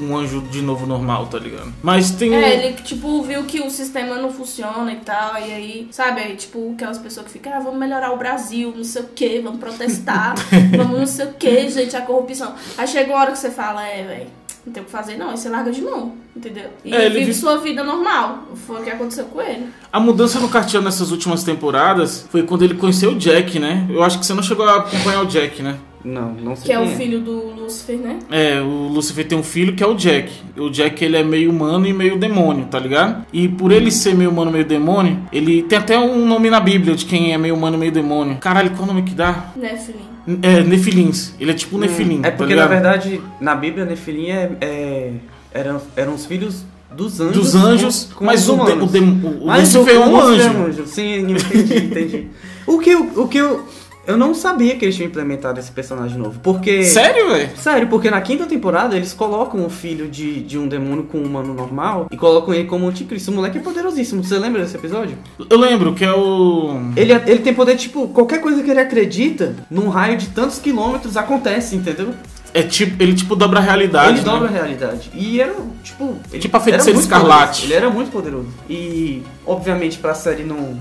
um, um anjo de novo normal, tá ligado? Mas tem. É, ele, tipo, viu que o sistema não funciona e tal, e aí, sabe, aí, tipo, aquelas pessoas que ficam, ah, vamos melhorar o Brasil, não sei o que, vamos protestar, vamos não sei o que, gente, a corrupção. Aí chega uma hora que você fala, é, velho, não tem o que fazer não, aí você larga de mão, entendeu? E É, ele vive vi- sua vida normal, foi o que aconteceu com ele. A mudança no Cartiel nessas últimas temporadas foi quando ele conheceu o Jack, né? Eu acho que você não chegou a acompanhar o Jack, né? Não, não sei. Que é o quem filho do Lúcifer, né? É, o Lucifer tem um filho que é o Jack. O Jack ele é meio humano e meio demônio, tá ligado? E por ele ser meio humano e meio demônio, ele tem até um nome na Bíblia de quem é meio humano e meio demônio. Caralho, qual o nome que dá? Né, filhinho? É, Nefilins. Ele é tipo um Nefilim. É tá porque, na ligado? verdade, na Bíblia, Nefilim é, é- eram, eram os filhos dos anjos. Dos anjos, com- com mas os o, de, o, humanos. de, o Mas Lucifer é um Lúcifer é anjo. Sim, entendi, entendi. O que, eu- o que eu... Eu não sabia que eles tinham implementado esse personagem novo, porque... Sério, velho? Sério, porque na quinta temporada eles colocam o filho de, de um demônio com um humano normal e colocam ele como anticristo. O moleque é poderosíssimo. Você lembra desse episódio? Eu lembro que é o. Ele, ele tem poder, tipo, qualquer coisa que ele acredita, num raio de tantos quilômetros acontece, entendeu? É tipo, ele tipo dobra a ele realidade. né? dobra a realidade. E era, tipo. Ele Tipo a era Feiticeira muito Escarlate. poderoso. Ele era muito poderoso. E, obviamente, pra série não.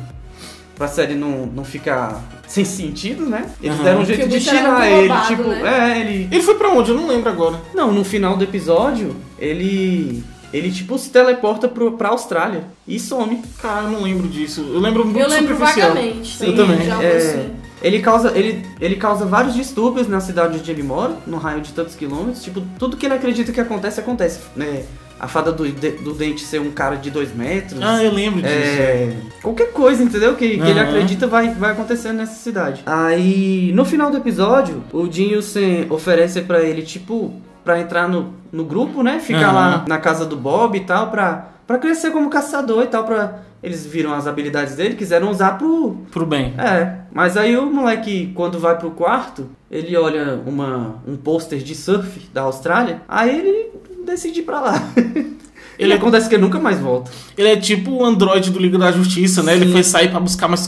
Pra série não, não ficar sem sentido, né? Eles Aham. deram um Porque jeito o de bicho era tirar muito ele. roubado, né? tipo, é, ele. Ele foi pra onde? Eu não lembro agora. Não, no final do episódio, ele. Ele, tipo, se teleporta pro, pra Austrália e some. Cara, eu não lembro disso. Eu lembro muito Eu lembro superficial. vagamente. Sim, eu também. de algo É, assim. Ele causa, ele, ele causa vários distúrbios na cidade onde ele mora, num raio de tantos quilômetros. Tipo, tudo que ele acredita que acontece, acontece. Né? A fada do, de- do dente ser um cara de dois metros. Ah, eu lembro disso. É, qualquer coisa, entendeu? Que, que ele Aham. acredita vai, vai acontecer nessa cidade. Aí, no final do episódio, o Jin Yusen oferece pra ele, tipo, pra entrar no, no grupo, né? Ficar Aham. lá na casa do Bob e tal, pra, pra crescer como caçador e tal, pra... Eles viram as habilidades dele, quiseram usar pro, Pro bem. é, mas aí o moleque, quando vai pro quarto, ele olha uma, um pôster de surf da Austrália, aí ele decide ir pra lá. Ele- ele acontece que ele nunca mais volta. Ele é tipo o androide do Liga da Justiça, né? Ele Sim. foi sair pra buscar mais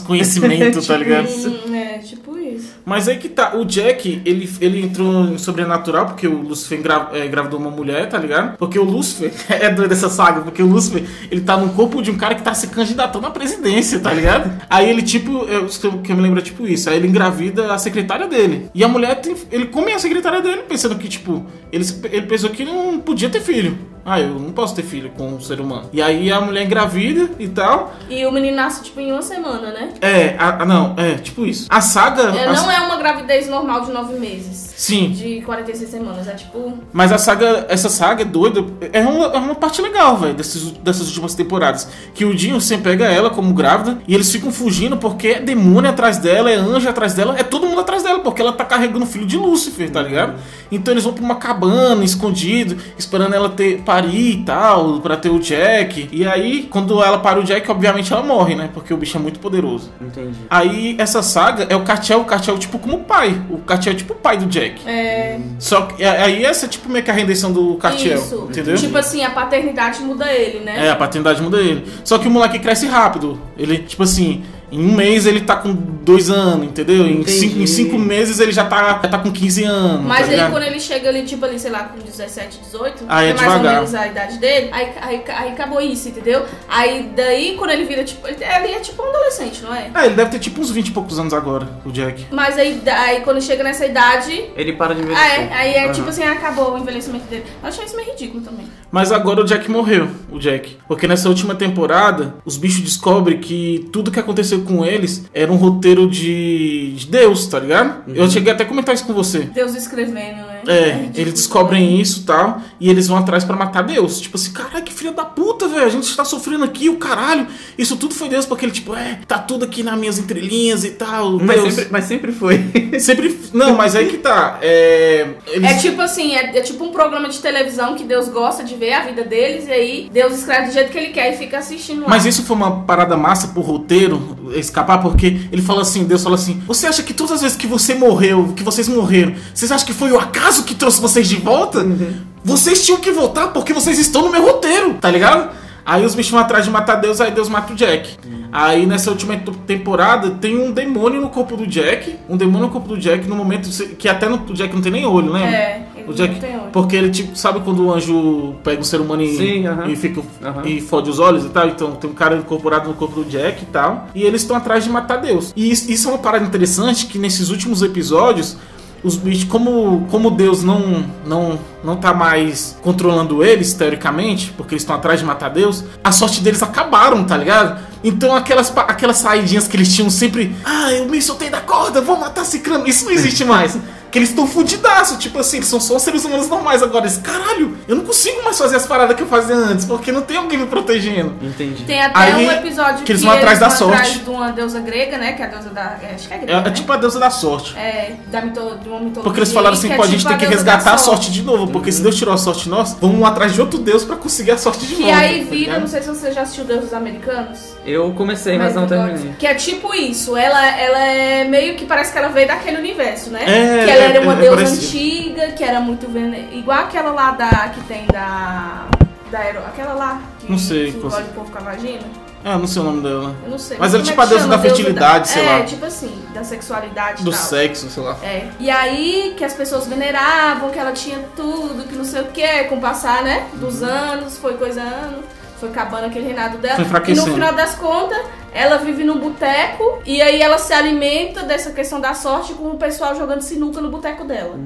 conhecimento, tá Tipo ligado? isso. Hum, é, tipo isso. Mas aí que tá, o Jack, ele, ele entrou em Sobrenatural porque o Lucifer engra- eh, engravidou uma mulher, tá ligado? Porque o Lucifer, é doido essa saga, porque o Lucifer, ele tá no corpo de um cara que tá se candidatando à presidência, tá ligado? Aí ele, tipo, é, o que eu- que eu me lembro é tipo isso, aí ele engravida a secretária dele. E a mulher, tem, ele come a secretária dele pensando que, tipo, ele, se- ele pensou que não podia ter filho. Ah, eu não posso ter filho com um ser humano. E aí a mulher engravida e tal. E o menino nasce, tipo, em uma semana, né? É, a, a- não, é, tipo isso. A saga... É, a- não é uma gravidez normal de nove meses. Sim. De 46 semanas. É tipo. Mas a saga, essa saga é doida, é uma, é uma parte legal, velho, dessas, dessas últimas temporadas. Que o Dinho sempre pega ela como grávida e eles ficam fugindo porque é demônio atrás dela, é anjo atrás dela, é todo mundo atrás dela, porque ela tá carregando o filho de Lúcifer, tá ligado? Então eles vão pra uma cabana, escondido, esperando ela ter parir e tal, pra ter o Jack. E aí, quando ela para o Jack, obviamente ela morre, né? Porque o bicho é muito poderoso. Entendi. Aí, essa saga é o Cartel, o Cartel tipo como pai. O Cartel é tipo o pai do Jack. Um É. Só que a- aí essa é tipo meio que a rendição do Cartiel, isso. entendeu? Tipo assim, a paternidade muda ele, né? É, a paternidade muda ele. Só que o moleque cresce rápido. Ele, tipo assim, em um mês ele tá com dois anos, entendeu? Em Entendi. cinco, em cinco meses ele já tá, já tá com 15 anos. Mas tá ele, ligado? quando ele chega ali, tipo ali, sei lá, com 17, 18, Aí é que mais ou devagar. menos a idade dele, aí, aí, aí acabou isso, entendeu? Aí daí, quando ele vira, tipo, ele, ele é tipo um adolescente, não é? Ah, ele deve ter tipo uns 20 e poucos anos agora, o Jack. Mas aí, aí quando chega nessa idade, Ele para de ah, envelhecer. é, aí é Aham. tipo assim, acabou o envelhecimento dele. Eu achei isso meio ridículo também. Mas agora o Jack morreu, o Jack. Porque nessa última temporada, os bichos descobrem que tudo que aconteceu com eles era um roteiro de, de Deus, tá ligado? Eu cheguei até a comentar isso com você. Deus escrevendo, né? É, ridículo. eles descobrem isso e tal, e eles vão atrás pra matar Deus. Tipo assim, caralho, que filha da puta, velho. A gente tá sofrendo aqui, o caralho. Isso tudo foi Deus, porque ele, tipo, é, tá tudo aqui nas minhas entrelinhas e tal. assim, Mas Deus. sempre, mas sempre foi. Sempre- Não, mas aí que tá. É. Eles... É tipo assim, é, é tipo um programa de televisão que Deus gosta de ver a vida deles, e aí Deus escreve do jeito que ele quer e fica assistindo lá. Mas isso foi uma parada massa pro roteiro escapar, porque ele fala assim, Deus fala assim, você acha que todas as vezes que você morreu, que vocês morreram, vocês acham que foi o acaso que trouxe vocês de volta? Uhum. Vocês tinham que voltar porque vocês estão no meu roteiro, tá ligado? Aí os bichos vão atrás de matar Deus, aí Deus mata o Jack. Uhum. Aí nessa última t- temporada tem um demônio no corpo do Jack, um demônio no corpo do Jack no momento que até no, o Jack não tem nem olho, lembra? É, ele O Jack, não tem olho. porque ele, tipo, sabe quando o anjo pega um ser humano e, Sim, aham. e fica Aham. e fode os olhos e tal? Então tem um cara incorporado no corpo do Jack e tal. E eles estão atrás de matar Deus. E isso, isso é uma parada interessante que nesses últimos episódios. Os bichos, como, como Deus não, não não tá mais controlando eles, teoricamente, porque eles estão atrás de matar Deus, a sorte deles acabaram, tá ligado? Então aquelas, pa- aquelas saidinhas que eles tinham sempre, ah, eu me soltei da corda, vou matar esse crânio, isso não existe mais. Que eles estão fudidaço, tipo assim, eles são só seres humanos normais agora. Eles, caralho, eu não consigo mais fazer as paradas que eu fazia antes, porque não tem alguém me protegendo. Entendi. Tem até Aí, um episódio que eles vão atrás da sorte. atrás de uma deusa grega, né? Que é a deusa da. é, Acho que é É, grega. é né? tipo a deusa da sorte. É, da mito, de uma mitologia. Porque eles falaram assim, que é pô, a gente tipo tem que deusa da resgatar a sorte de novo, porque se Deus tirou a sorte nossa, vamos atrás de outro Deus pra conseguir a sorte de Que novo. aí tá vira, ligado? não sei se você já assistiu Deuses Americanos. Eu comecei, mas não eu gosto. terminei. Que é tipo isso, ela, ela é meio que parece que ela veio daquele universo, né? É, que ela era uma é, é deusa parecido. antiga, que era muito vene... igual aquela lá da que tem da da Aero... aquela lá que, Não sei, que qual- engole o povo com a vagina. Ah, não sei o nome dela. Eu não sei. Mas como ela é tipo a que deusa chama? da fertilidade, sei É, lá. tipo assim, da sexualidade e Do tal. sexo, sei lá. É. E aí que as pessoas veneravam, que ela tinha tudo, que não sei o que, com o passar, né? Dos anos, foi coisando, foi acabando aquele reinado dela. Foi e no enfraquecendo. final das contas, ela vive num boteco e aí ela se alimenta dessa questão da sorte com o pessoal jogando sinuca no boteco dela.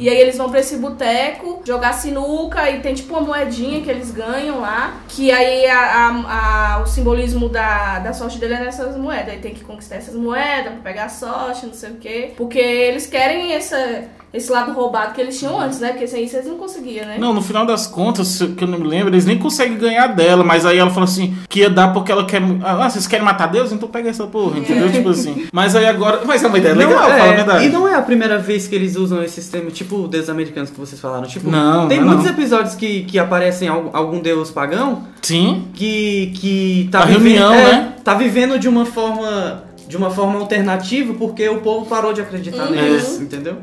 E aí eles vão pra esse boteco jogar sinuca e tem tipo uma moedinha que eles ganham lá. Que aí a- a- a- o simbolismo da, da sorte dele é nessas moedas. Aí tem que conquistar essas moedas pra pegar a sorte, não sei o quê. Porque eles querem essa, esse lado roubado que eles tinham antes, né? Porque sem isso eles não conseguiam, né? Não, no final das contas, se- que eu não me lembro, eles nem conseguem ganhar dela, mas aí ela fala assim, que ia dar porque ela quer. Ah, vocês querem matar Deus? Então pega essa É. porra, entendeu? Tipo assim. Mas aí agora. Mas é uma ideia legal, é, fala a verdade. E não é a primeira vez que eles usam esse sistema, tipo deuses americanos que vocês falaram. Tipo, Não, tem não é muitos não. episódios que, que aparecem al- algum deus pagão Sim. que, que tá A reunião, vivendo, né? Tá vivendo de uma forma de uma forma alternativa porque o povo parou de acreditar Uhum. neles, entendeu?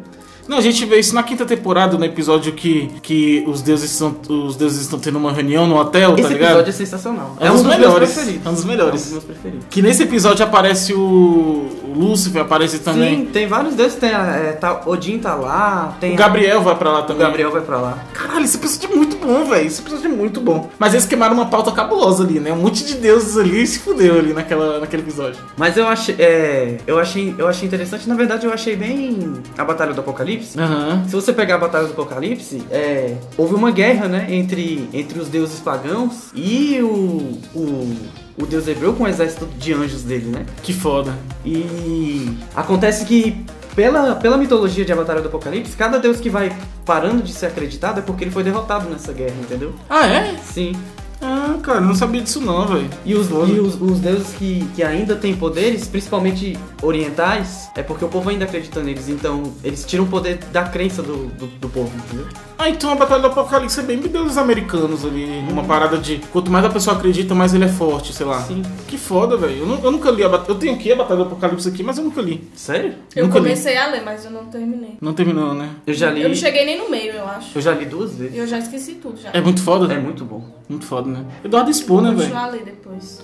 Não, a gente vê isso na quinta temporada, no episódio que, que os, deuses estão, os deuses estão tendo uma reunião no hotel, Esse tá ligado? episódio é sensacional. É um dos melhores. meus preferidos. É um dos melhores. É um dos meus preferidos. Que nesse episódio aparece o, o Lúcifer, aparece também. Sim, tem vários deuses, tem a- é, tá, Odin tá lá, tem O Gabriel vai pra lá o também. Gabriel vai pra lá. Caralho, esse episódio é muito bom, velho. Esse episódio é muito bom. Mas eles queimaram uma pauta cabulosa ali, né? Um monte de deuses ali se fudeu ali naquela, naquele episódio. Mas eu achei, é, eu achei, eu achei interessante. Na verdade, eu achei bem a Batalha do Apocalipse. Aham. Se você pegar a Batalha do Apocalipse, é, houve uma guerra, né, entre, entre os deuses pagãos e o, o, o deus hebreu com o exército de anjos dele, né? Que foda. E acontece que, pela, pela mitologia de A Batalha do Apocalipse, cada deus que vai parando de ser acreditado é porque ele foi derrotado nessa guerra, entendeu? Ah, é? Sim. Ah, cara, não sabia disso não, velho. E os, Foda. e os, os deuses que, que ainda têm poderes, principalmente orientais, é porque o povo ainda acredita neles, então eles tiram o poder da crença do, do, do povo, entendeu? Ah, então a Batalha do Apocalipse é bem deuses americanos ali. Uma parada de quanto mais a pessoa acredita, mais ele é forte, sei lá. Sim. Que foda, velho. Eu, nu- eu nunca li a Batalha. Eu tenho aqui a Batalha do Apocalipse aqui, mas eu nunca li. Sério? Eu nunca li. comecei a ler, mas eu não terminei. Não terminou, né? Eu já li. Eu não cheguei nem no meio, eu acho. Eu já li duas E vezes. eu já esqueci tudo já. É muito foda, É né? muito bom. Muito foda, né? Eduardo Expo, Vou né, velho? continuar a ler depois.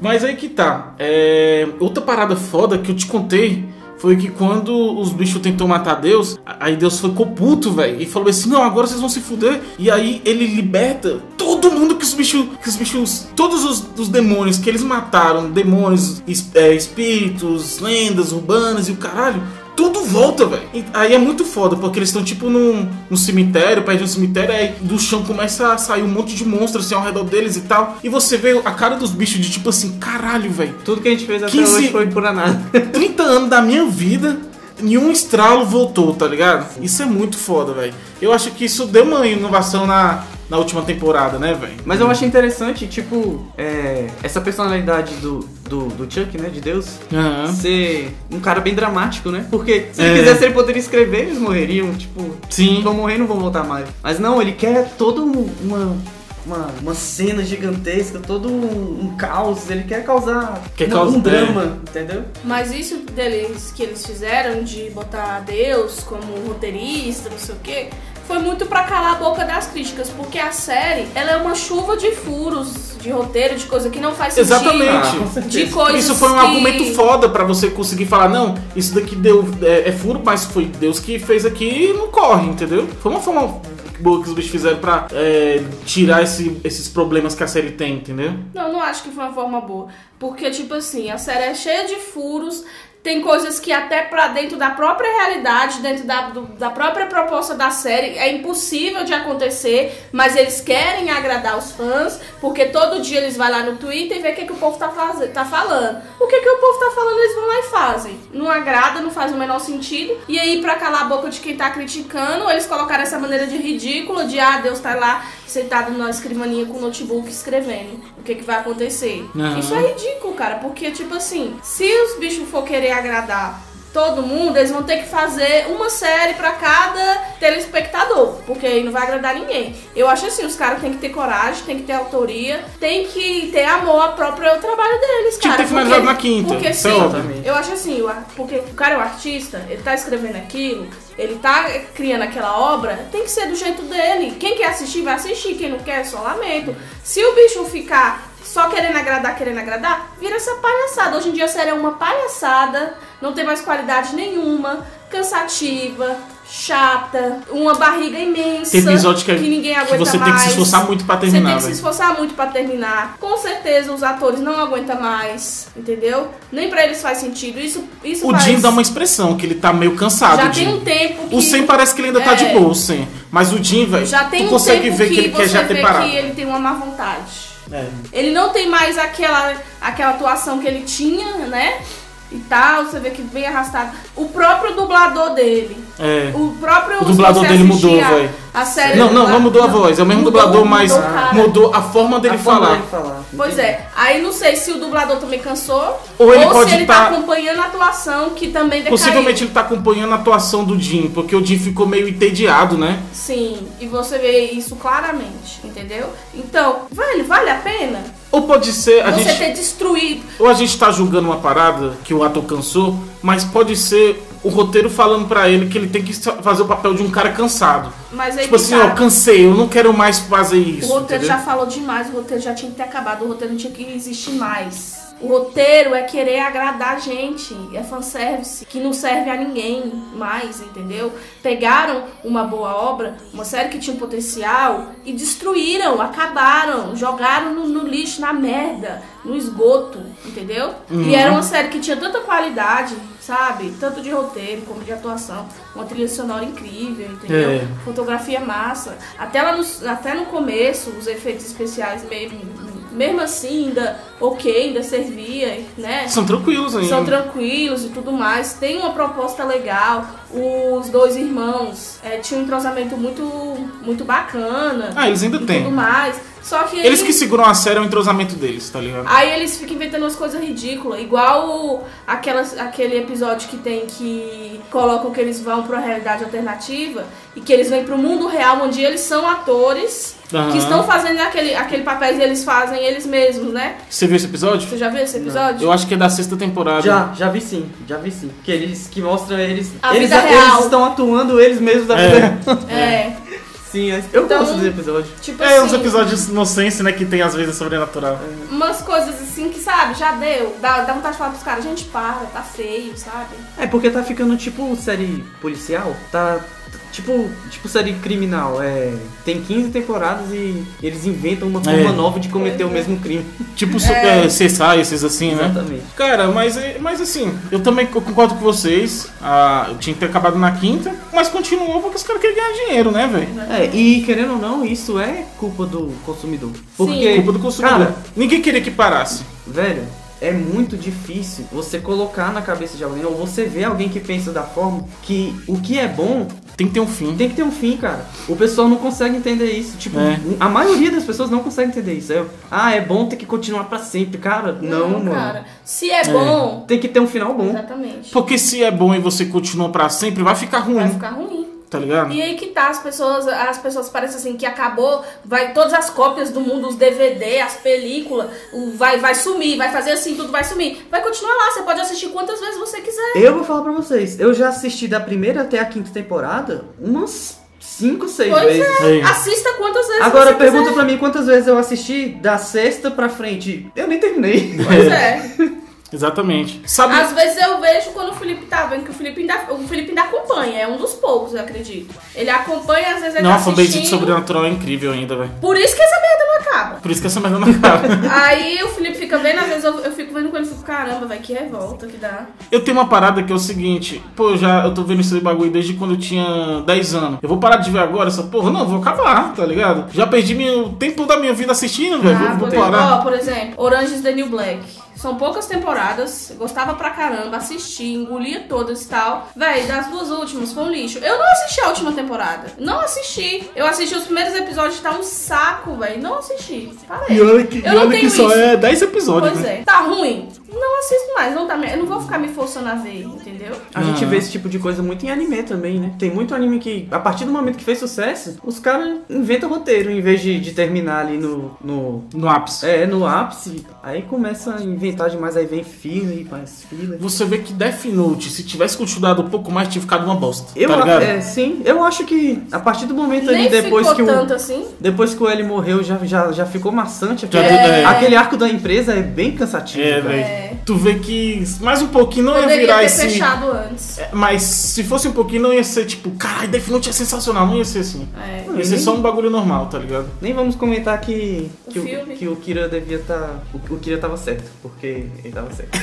Mas aí que tá. É, Outra parada foda que eu te contei foi que quando os bichos tentou matar Deus, a- aí Deus ficou puto, velho, e falou assim: "Não, agora vocês vão se fuder". E aí ele liberta todo mundo que os bichos, que os bichos, todos os, os demônios que eles mataram, demônios, es- é, espíritos, lendas urbanas e o caralho. Tudo volta, velho. E Aí é muito foda, porque eles estão tipo num, num cemitério, perto de um cemitério, aí do chão começa a sair um monte de monstros assim ao redor deles e tal. E você vê a cara dos bichos de tipo assim, caralho, velho. Tudo que a gente fez até 15 hoje foi por nada. 30 anos da minha vida, nenhum estralo voltou, tá ligado? Isso é muito foda, velho. Eu acho que isso deu uma inovação na, na última temporada, né, velho? Mas eu achei interessante, tipo, é, essa personalidade do, do, do Chuck, né, de Deus, Aham. ser um cara bem dramático, né? Porque se ele É. quisesse, ele poderia escrever, eles morreriam, tipo, Sim. vão morrer não vão voltar mais. Mas não, ele quer toda um- uma, uma, uma cena gigantesca, todo um, um caos, ele quer causar Quer um, causar- um drama, entendeu? Mas isso deles que eles fizeram de botar Deus como roteirista, não sei o quê, foi muito pra calar a boca das críticas, porque a série, ela é uma chuva de furos, de roteiro, de coisa que não faz sentido. Exatamente. Ah, com De certeza. coisas Isso foi um que- argumento foda pra você conseguir falar, não, isso daqui deu é, é furo, mas foi Deus que fez aqui e não corre, entendeu? Foi uma forma boa que os bichos fizeram pra é, tirar esse- esses problemas que a série tem, entendeu? Não, não acho que foi uma forma boa. Porque, tipo assim, a série é cheia de furos, tem coisas que até pra dentro da própria realidade, dentro da, do- da própria proposta da série, é impossível de acontecer, mas eles querem agradar os fãs, porque todo dia eles vão lá no Twitter e vê o que, que o povo tá, faze- tá falando. O que, que o povo tá falando, eles vão lá e fazem. Não agrada, não faz o menor sentido. E aí, pra calar a boca de quem tá criticando, eles colocaram essa maneira de ridícula de, ah, Deus tá lá sentado numa escrivaninha com o notebook escrevendo. O que, que vai acontecer? Aham. Isso é ridículo, cara, porque, tipo assim, se os bichos for querer agradar todo mundo, eles vão ter que fazer uma série pra cada telespectador, porque aí não vai agradar ninguém. Eu acho assim, os caras têm que ter coragem, têm que ter autoria, têm que ter amor ao próprio trabalho deles, Tinha cara. que ter finalizado porque- na quinta, Porque isso é sim, óbvio. eu acho assim, o ar- porque o cara é um artista, ele tá escrevendo aquilo, ele tá criando aquela obra, tem que ser do jeito dele. Quem quer assistir, vai assistir. Quem não quer, só lamento. Se o bicho ficar só querendo agradar, querendo agradar, vira essa palhaçada. Hoje em dia a série é uma palhaçada, não tem mais qualidade nenhuma, cansativa, chata, uma barriga imensa Tem episódio que, é ninguém que aguenta você tem que se mais. esforçar muito pra Você tem terminar, que se velho. esforçar muito pra terminar. Com certeza os atores não aguentam mais, entendeu? Nem pra eles faz sentido. Isso, isso O faz... Jim dá uma expressão, que ele tá meio cansado, Já Jim. tem um tempo que... O Sen parece que ele ainda tá É. de boa, o Sen. Mas o Jim, velho, Já tem tu um consegue tempo ver que ele você quer já vê ter parado. que ele tem uma má vontade. É. Ele não tem mais aquela, aquela atuação que ele tinha, né? E tal, você vê que vem arrastado. O próprio dublador dele. É. O próprio. O dublador se você dele assistir mudou, a- véi. A série Não, do não, dubla- não mudou a voz. É o mesmo mudou- dublador, mas mudou o cara. mudou a forma dele A forma falar. dele falar. Pois é. Aí não sei se o dublador também cansou. Ou ele pode se ele tá tá- acompanhando a atuação, que também decaiu. Possivelmente ele tá acompanhando a atuação do Jim, porque o Jim ficou meio entediado, né? Sim, e você vê isso claramente, entendeu? Então, vale, vale a pena Ou pode ser. A você gente, ter destruído. Ou a gente tá julgando uma parada que o ator cansou, mas pode ser o roteiro falando pra ele que ele tem que sa- fazer o papel de um cara cansado. Mas aí Tipo que assim, tá. ó, cansei, eu não quero mais fazer isso. O roteiro já entendeu? falou demais, o roteiro já tinha que ter acabado, o roteiro não tinha que existir mais. O roteiro é querer agradar a gente, é fanservice, que não serve a ninguém mais, entendeu? Pegaram uma boa obra, uma série que tinha um potencial, e destruíram, acabaram, jogaram no, no lixo, na merda, no esgoto, entendeu? E era Uhum. uma série que tinha tanta qualidade, sabe? Tanto de roteiro como de atuação, uma trilha sonora incrível, entendeu? É. Fotografia massa. Até, lá no, até no começo, os efeitos especiais mesmo, mesmo assim, ainda ok, ainda servia, né? São tranquilos ainda. São tranquilos e tudo mais. Tem uma proposta legal. Os dois irmãos eh, tinham um entrosamento muito, muito bacana. Ah, eles ainda e têm. tudo mais. Só que Eles aí- que seguram a série é o entrosamento deles, tá ligado? Aí eles ficam inventando umas coisas ridículas, igual o- aquelas, aquele episódio que tem que colocam que eles vão pra uma realidade alternativa e que eles vêm pro mundo real onde eles são atores Aham. que estão fazendo aquele, aquele papel e eles fazem eles mesmos, né? Você viu esse episódio? Você já viu esse episódio? Eu acho que é da sexta temporada. Já, já vi sim, já vi sim. Que eles que mostra eles. A eles, vida real. eles estão atuando eles mesmos da É. vida real. É, Sim, é- eu Então- gosto desse episódio. tipo É, uns assim, episódios nonsense, né, que tem às vezes sobrenatural. umas coisas assim que, sabe, já deu. Dá, dá vontade de falar pros caras, gente, para, tá feio, sabe? É porque tá ficando tipo série policial, tá t- tipo, tipo série criminal, é, tem 15 temporadas e eles inventam uma forma É. nova de cometer o mesmo crime. Tipo super CSI, esses assim, né? Exatamente. Cara, mas, é- mas assim, eu também co- concordo com vocês. Ah, eu tinha que ter acabado na quinta, mas continuou porque os caras querem ganhar dinheiro, né, velho? É, e querendo ou não, isso é culpa do consumidor. Porque, Culpa do consumidor. Cara, Ninguém queria que parasse. velho, é muito difícil você colocar na cabeça de alguém, ou você ver alguém que pensa da forma que o que é bom Tem que ter um fim. tem que ter um fim, cara. O pessoal não consegue entender isso. Tipo, É. a maioria das pessoas não consegue entender isso. É, ah, é bom ter que continuar pra sempre, cara. Não, mano. cara. Se é bom, Tem que ter um final bom. exatamente. Porque se é bom e você continua pra sempre, vai ficar ruim, Vai ficar ruim. tá ligado? E aí que tá, as pessoas, as pessoas parecem assim que acabou, vai todas as cópias do mundo, os DVD, as películas, o- vai, vai sumir, vai fazer assim, tudo vai sumir. Vai continuar lá, você pode assistir quantas vezes você quiser. Eu vou falar pra vocês, eu já assisti da primeira até a quinta temporada umas 5, 6 Pois vezes. É. Assista quantas vezes Agora você quiser. pergunta pra mim quantas vezes eu assisti da sexta pra frente. Eu nem terminei. Pois é. Exatamente. Sabe, Às vezes eu vejo quando o Felipe tá vendo que o Felipe ainda, o Felipe ainda acompanha, é um dos poucos, eu acredito. Ele acompanha, às vezes ele não, tá a fanbase um de assistindo. sobrenatural é incrível ainda, velho. Por isso que essa merda não acaba. Por isso que essa merda não acaba. Aí o Felipe fica vendo, às vezes eu, eu fico vendo com ele e fico, caramba, vai que revolta que dá. Eu tenho uma parada que é o seguinte, pô, eu já eu tô vendo esse bagulho desde quando eu tinha 10 anos. Eu vou parar de ver agora essa porra? Não, eu vou acabar, tá ligado? Já perdi meu o tempo da minha vida assistindo, velho. Ah, vou, por, vou parar. ó, por exemplo, Orange is the New Black. São poucas temporadas, eu gostava pra caramba, assisti, engolia todas e tal. Véi, das duas últimas foi um lixo. Eu não assisti a última temporada. Não assisti. Eu assisti os primeiros episódios, tá um saco, véi. Não assisti. Parei. E olha que, Eu não olha que tenho só isso. é 10 episódios, Pois né? é. Tá ruim? Não assisto mais, não tá, me- eu não vou ficar me forçando a ver, entendeu? A gente Ah. Aham. vê esse tipo de coisa muito em anime também, né? Tem muito anime que, a partir do momento que fez sucesso, os caras inventam roteiro em vez de, de terminar ali no, no. No ápice. É, no ápice. Aí começa a inventar demais, aí vem filler, faz filler. Você vê que Death Note, se tivesse continuado um pouco mais, tinha ficado uma bosta. Eu, tá ligado? é, sim, eu acho que a partir do Então, momento ali Nem depois que ficou o. tanto assim. Depois que o L morreu, já, já, já ficou maçante. Já Aquele, deu ideia. aquele arco da empresa Tá é bem cansativo. É, cara. velho. É. Tu vê que mais um pouquinho não ia Poderia virar ter esse. fechado antes. É, Mas se fosse um pouquinho, não ia ser tipo, caralho, Death Note é sensacional, não ia ser assim. É. Ia ser só um bagulho normal, tá ligado? Nem vamos comentar que, O que, filme. que o Kira devia estar. O, o Kira tava certo, porque ele tava certo.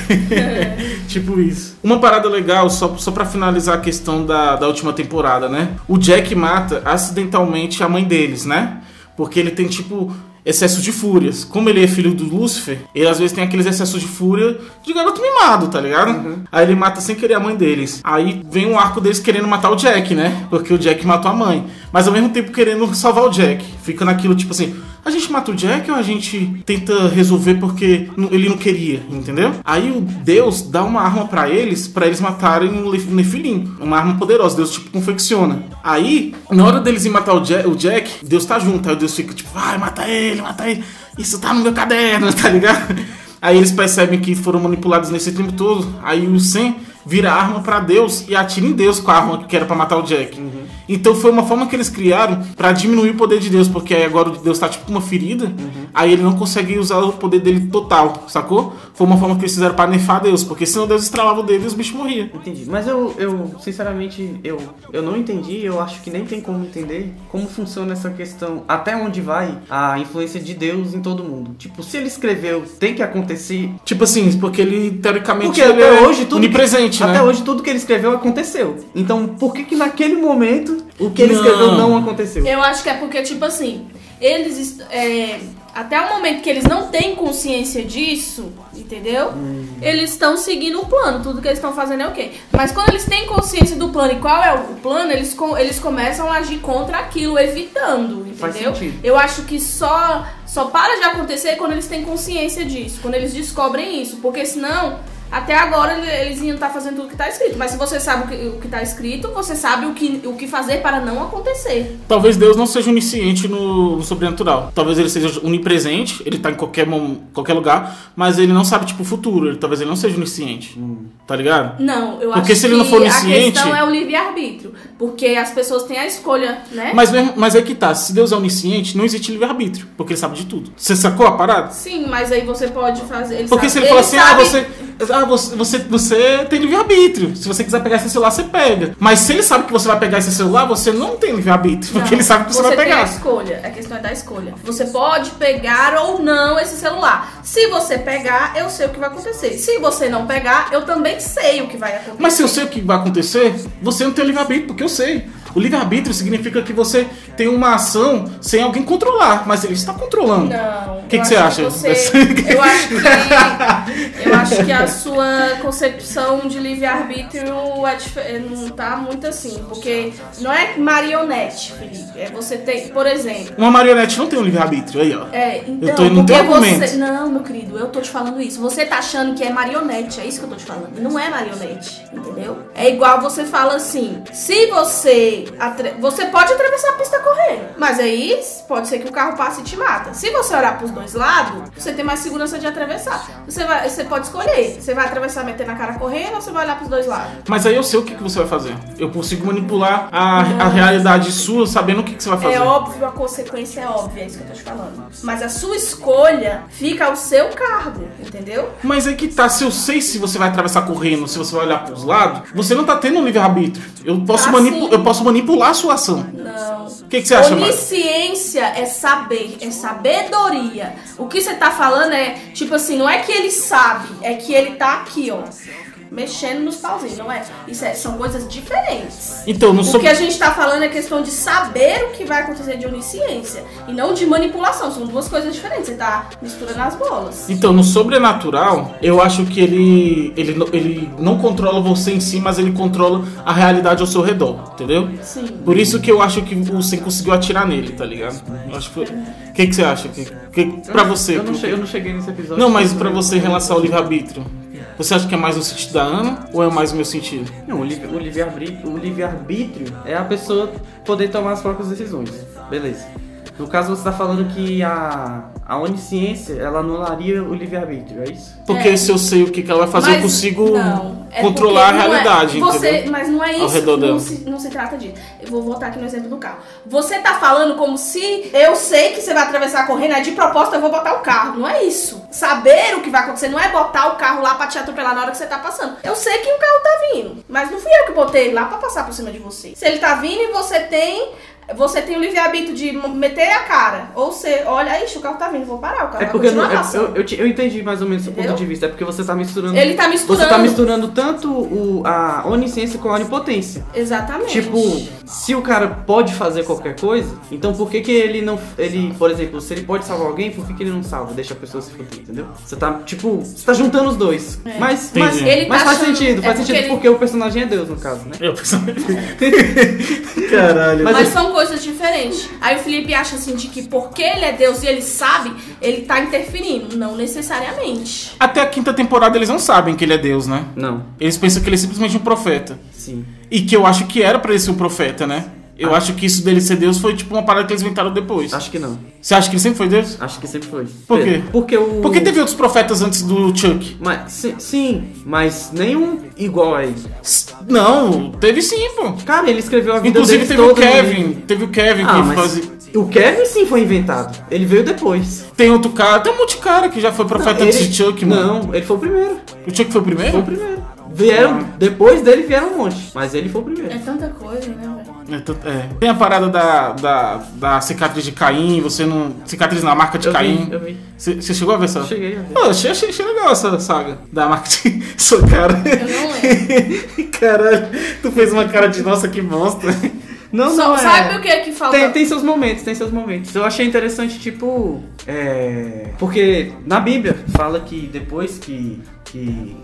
Tipo isso. Uma parada legal, só, só pra finalizar a questão da, da última temporada, né? O Jack mata acidentalmente a mãe deles, né? Porque ele tem, tipo, excesso de fúrias. Como ele é filho do Lúcifer, ele às vezes tem aqueles excessos de fúria de garoto mimado, tá ligado? Aí ele mata sem querer a mãe deles. Aí vem um arco deles querendo matar o Jack, né? Porque o Jack matou a mãe. Mas ao mesmo tempo querendo salvar o Jack. Fica naquilo, tipo assim, a gente mata o Jack ou a gente tenta resolver porque n- ele não queria, entendeu? Aí o Deus dá uma arma pra eles, pra eles matarem o Nef- um Nefilim. Uma arma poderosa, Deus tipo confecciona. Aí, na hora deles ir matar o Jack, o Jack, Deus tá junto, aí Deus fica tipo, vai, mata ele, mata ele. Isso tá no meu caderno, tá ligado? Aí eles percebem que foram manipulados nesse tempo todo. Aí o Sen vira a arma pra Deus e atira em Deus com a arma que era pra matar o Jack. Uhum. Então foi uma forma que eles criaram pra diminuir o poder de Deus, porque aí agora o Deus tá tipo com uma ferida, Uhum. aí ele não consegue usar o poder dele total, sacou? Foi uma forma que eles fizeram pra nerfar Deus, porque senão Deus estralava o dedo e os bichos morriam. Entendi. Mas eu, eu sinceramente, eu, eu não entendi, eu acho que nem tem como entender como funciona essa questão, até onde vai a influência de Deus em todo mundo. Tipo, se ele escreveu, tem que acontecer. Tipo assim, porque ele teoricamente Porque ele até é hoje tudo que- onipresente, né? Até hoje tudo que ele escreveu aconteceu. Então, por que que naquele momento o que ele Não. escreveu não aconteceu? Eu acho que é porque, tipo assim, eles. est- é, até o momento que eles não têm consciência disso, entendeu? Hum. Eles estão seguindo o plano. Tudo que eles estão fazendo é o quê? Mas quando eles têm consciência do plano e qual é o plano, eles, co- eles começam a agir contra aquilo, evitando, Faz entendeu? sentido. Eu acho que só, só para de acontecer quando eles têm consciência disso, quando eles descobrem isso. Porque senão, até agora ele- eles iam estar fazendo tudo que está escrito. Mas se você sabe o que, o que está escrito, você sabe o que, o que fazer para não acontecer. Talvez Deus não seja onisciente no, no sobrenatural. Talvez ele seja onipresente, ele tá em qualquer, mom- qualquer lugar, mas ele não sabe, tipo, o futuro. Ele- talvez ele não seja onisciente. Tá ligado? Não, eu Porque acho se ele não que for a onisciente- questão é o livre-arbítrio. Porque as pessoas têm a escolha, né? Mas, mesmo, mas é que tá, se Deus é onisciente, não existe livre-arbítrio, porque ele sabe de tudo. Você sacou a parada? Sim, mas aí você pode fazer. Ele Porque sabe- se ele, fala assim, ah, sabe- você. Ah, você, você, você tem livre-arbítrio. Se você quiser pegar esse celular, você pega. Mas se ele sabe que você vai pegar esse celular, você não tem livre-arbítrio. Não, Porque ele sabe que você, vai tem pegar. a escolha. A questão é da escolha. Você pode pegar ou não esse celular. Se você pegar, eu sei o que vai acontecer. Se você não pegar, eu também sei o que vai acontecer. Mas se eu sei o que vai acontecer, você não tem livre-arbítrio, porque eu sei. O livre-arbítrio significa que você tem uma ação sem alguém controlar, mas ele está controlando. Não. Que eu que você acho acha? você- eu acho que eu acho que a sua concepção de livre arbítrio é dif- é, não tá muito assim, porque não é marionete, Felipe. É você tem, por exemplo. Uma marionete não tem um livre-arbítrio, aí ó. É, então, tô- não porque tem você. argumento. Não, meu querido, eu tô te falando isso. Você tá achando que é marionete, é isso que eu tô te falando. Não é marionete, entendeu? É igual você fala assim: se você. atre- Você pode atravessar a pista correndo, mas aí pode ser que o carro passe e te mata. Se você olhar pros dois lados, você tem mais segurança de atravessar. Você, vai- você pode escolher: você vai atravessar metendo a cara correndo ou você vai olhar pros dois lados? Mas aí eu sei o que, que você vai fazer. Eu consigo manipular a, a realidade sua sabendo o que, que você vai fazer. É óbvio, a consequência é óbvia, é isso que eu tô te falando. Mas a sua escolha fica ao seu cargo, entendeu? Mas aí que tá, se eu sei se você vai atravessar correndo, se você vai olhar pros lados, você não tá tendo um livre-arbítrio. Eu, posso Tá, manipu- sim. eu posso manipular a sua ação. Não. O que, que você acha, Mari? Onisciência é saber, é sabedoria. O que você tá falando é, tipo assim, não é que ele sabe, é que ele tá aqui, ó, mexendo nos pauzinhos, não é? Isso é- são coisas diferentes. Então, não sou. O que a gente tá falando é questão de saber o que vai acontecer de onisciência e não de manipulação. São duas coisas diferentes. Você tá misturando as bolas. Então, no sobrenatural, eu acho que ele, ele, não- ele não controla você em si, mas ele controla a realidade ao seu redor, entendeu? Sim. Por isso que eu acho o que você conseguiu atirar nele, tá ligado? Eu acho que foi. O que, que você acha? Que, que, pra você. Eu não, pro- cheguei, eu não cheguei nesse episódio. Não, mas pra você em relação ao livre-arbítrio. Você acha que é mais no sentido da Ana ou é mais no meu sentido? Não, o livre- o livre-arbítrio o livre-arbítrio é a pessoa poder tomar as próprias decisões. Beleza. No caso, você tá falando que a, a onisciência, ela anularia o livre-arbítrio, é isso? Porque É. se eu sei o que, que ela vai fazer, eu Mas consigo não, é controlar a porque não é- realidade, você- entendeu? Mas não é Ao isso, redor não dela. se, não se trata disso. Eu vou voltar aqui no exemplo do carro. Você tá falando como se eu sei que você vai atravessar correndo, é de propósito eu vou botar o carro. Não é isso. Saber o que vai acontecer não é botar o carro lá pra te atropelar na hora que você tá passando. Eu sei que o carro tá vindo, mas não fui eu que botei ele lá pra passar por cima de você. Se ele tá vindo e você tem... Você tem o livre-arbítrio de meter a cara. Ou você olha, ixi, o carro tá vindo, vou parar, o carro É vai porque eu, continuar não- eu- passando. eu, eu te- eu entendi mais ou menos seu ponto Entendeu? de vista. É porque você tá misturando. Ele tá misturando. Você tá misturando tanto o- a onisciência com a onipotência. Exatamente. Tipo, se o cara pode fazer qualquer coisa, então por que que ele não. Ele, por exemplo, se ele pode salvar alguém, por que, que ele não salva? Deixa a pessoa se fuder, entendeu? Você tá, tipo, você tá juntando os dois. Mas, Entendi. mas, Ele tá mas faz achando- sentido, é faz porque sentido ele- porque o personagem é Deus, no caso, né? Eu pensava. Caralho. Mas, Mas assim, são coisas diferentes. Aí o Felipe acha assim de que porque ele é Deus e ele sabe, ele tá interferindo. Não necessariamente. Até a quinta temporada eles não sabem que ele é Deus, né? Não, Eles pensam que ele é simplesmente um profeta. sim. E que eu acho que era pra ele ser um profeta, né? Eu Ah. acho que isso dele ser Deus foi tipo uma parada que eles inventaram depois. Acho que não. Você acha que ele sempre foi Deus? Acho que sempre foi. Por quê? Porque o. Por que teve outros profetas antes do Chuck? Mas, si- sim, mas nenhum igual a ele. S- Não, teve sim, pô. Cara, ele escreveu a vida Inclusive deles teve o toda no Kevin. livro. Teve o Kevin Ah, que mas fazia. o Kevin sim foi inventado. Ele veio depois. Tem outro cara, tem um monte de cara que já foi profeta Ele- antes de Chuck, mano. Não, ele foi o primeiro. O Chuck foi o primeiro? Foi o primeiro. Vieram, depois dele vieram um monte, mas ele foi o primeiro. É tanta coisa, né, velho? É, tu- é. Tem a parada da, da, da cicatriz de Caim, você não. Cicatriz na marca de Eu Caim. vi, eu vi. Você você chegou a ver essa? Cheguei a ver. Pô, achei, achei, achei legal essa saga da marca de. Sou cara. Eu não lembro. Caralho, tu fez uma cara de nossa que bosta. Não, Só- não é. Sabe o que é que falta? Tem, tem seus momentos, tem seus momentos. Eu achei interessante, tipo. É. Porque na Bíblia fala que depois que. que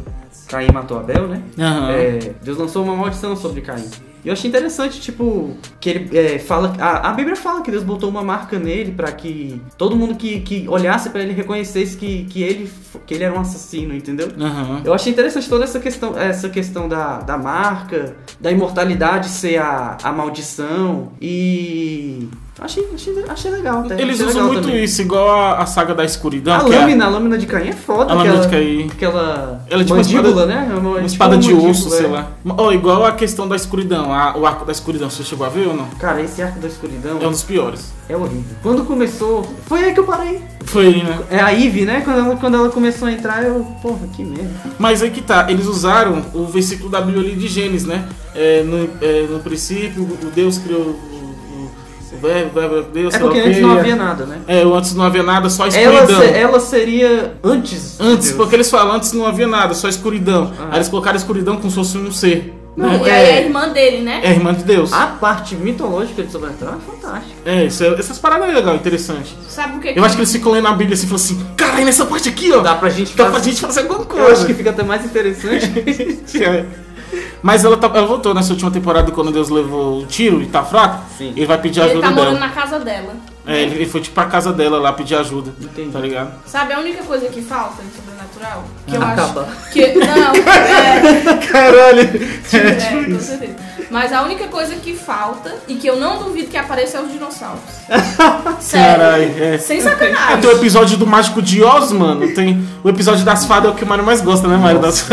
Caim matou Abel, né? Aham. É, Deus lançou uma maldição sobre Caim. E eu achei interessante, tipo, que ele é, fala. A, a Bíblia fala que Deus botou uma marca nele pra que todo mundo que, que olhasse pra ele reconhecesse que, que, ele, f- que ele era um assassino, entendeu? Aham. Eu achei interessante toda essa questão, essa questão da, da marca, da imortalidade ser a, a maldição e. Achei, achei, achei legal até. Eles achei usam legal muito também. isso, igual a, a saga da escuridão. A que é lâmina, a lâmina de Caim é foda, A lâmina aquela, de Caim. aquela Ela é tipo uma mandíbula, espada- né? É Uma tipo espada de mandíbula, osso, é. sei lá. Ó, igual a questão da escuridão, a- o arco da escuridão, você chegou a ver ou não? Cara, esse arco da escuridão É um dos piores. é horrível. Quando começou, foi aí que eu parei. Foi aí, né? É a Eve, né? Quando ela, quando ela começou a entrar, eu. Porra, que merda. Mas aí que tá, eles usaram o versículo da Bíblia ali de Gênesis, né? É, no, é, no princípio, o Deus criou o, o, o verbo, o verbo era Deus, É porque sei lá o quê. antes não havia nada, né? É, antes não havia nada, só Ela, escuridão. se- ela seria antes. de Antes, Deus. porque eles falam, antes não havia nada, só escuridão. Ah. Aí eles colocaram escuridão como se fosse um ser. Não, né? e aí é- é a irmã dele, né? É a irmã de Deus. A parte mitológica de Sobrenatural é fantástica. É, isso é- essas paradas é legal, interessante. Sabe o que Eu acho que eles ficam lendo a Bíblia assim e falam assim, caralho, nessa parte aqui, ó. Dá pra gente Dá fazer- pra gente fazer alguma coisa. Eu acho que fica até mais interessante. É. Mas ela, tá, ela voltou nessa última temporada quando Deus levou o tiro e tá fraco. Sim. Ele vai pedir ele ajuda tá morando dela. na casa dela. É, ele ele foi tipo pra casa dela lá pedir ajuda. Entendi. Tá ligado? Sabe a única coisa que falta de sobrenatural? Que eu Acaba. acho. Que, não, é. Caralho! É, com certeza. Mas a única coisa que falta e que eu não duvido que apareça é os dinossauros. Sério. Caralho, é. Sem sacanagem. Tem o episódio do Mágico de Oz, mano. Tem o episódio das fadas é o que o Mário mais gosta, né, Mário? Das...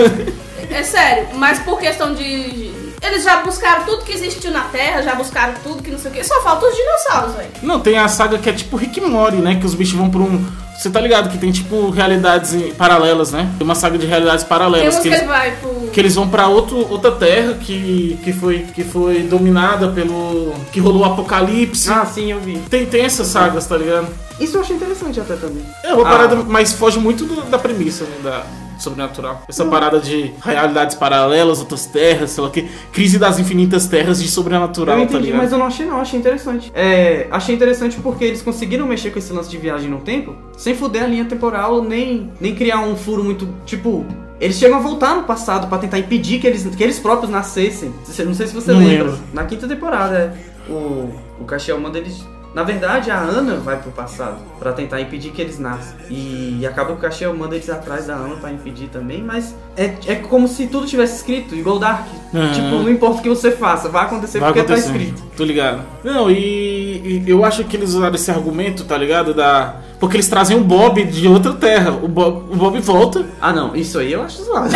É sério, mas por questão de. Eles já buscaram tudo que existiu na Terra, já buscaram tudo que não sei o que. Só falta os dinossauros, velho. Não, tem a saga que é tipo Rick e Morty, né? Que os bichos vão pra um. Você tá ligado que tem tipo realidades em- paralelas, né? Tem uma saga de realidades Tem uns paralelas. que que eles- ele vai pro. que eles vão pra outro, outra terra que, que, foi, que foi dominada pelo. que rolou o apocalipse. ah, sim, eu vi. Tem, tem essas sagas, tá ligado? Isso eu achei interessante até também. É uma Ah. parada, mas foge muito do- da premissa, né? Da sobrenatural. Essa Hum. parada de realidades paralelas, outras terras, sei lá o que. Crise das infinitas terras de sobrenatural, eu tá entendi, ligado? mas eu não achei não, achei interessante. É, achei interessante porque eles conseguiram mexer com esse lance de viagem no tempo sem fuder a linha temporal, nem, nem criar um furo muito. Tipo, eles chegam a voltar no passado pra tentar impedir que eles, que eles próprios nascessem. Não sei se você Não lembra. lembro. Na quinta temporada, é. O. O Castiel manda eles. Na verdade, a Ana vai pro passado pra tentar impedir que eles nasçam. E acaba que o Castiel manda eles atrás da Ana pra impedir também, mas é, é como se tudo tivesse escrito, igual Dark. Aham. Tipo, não importa o que você faça, vai acontecer porque tá acontecer. escrito. Tô ligado. Não, e, e eu acho que eles usaram esse argumento, tá ligado? Da. Porque eles trazem o Bob de outra terra. O Bob, o Bob volta. Ah não, isso aí eu acho zoado.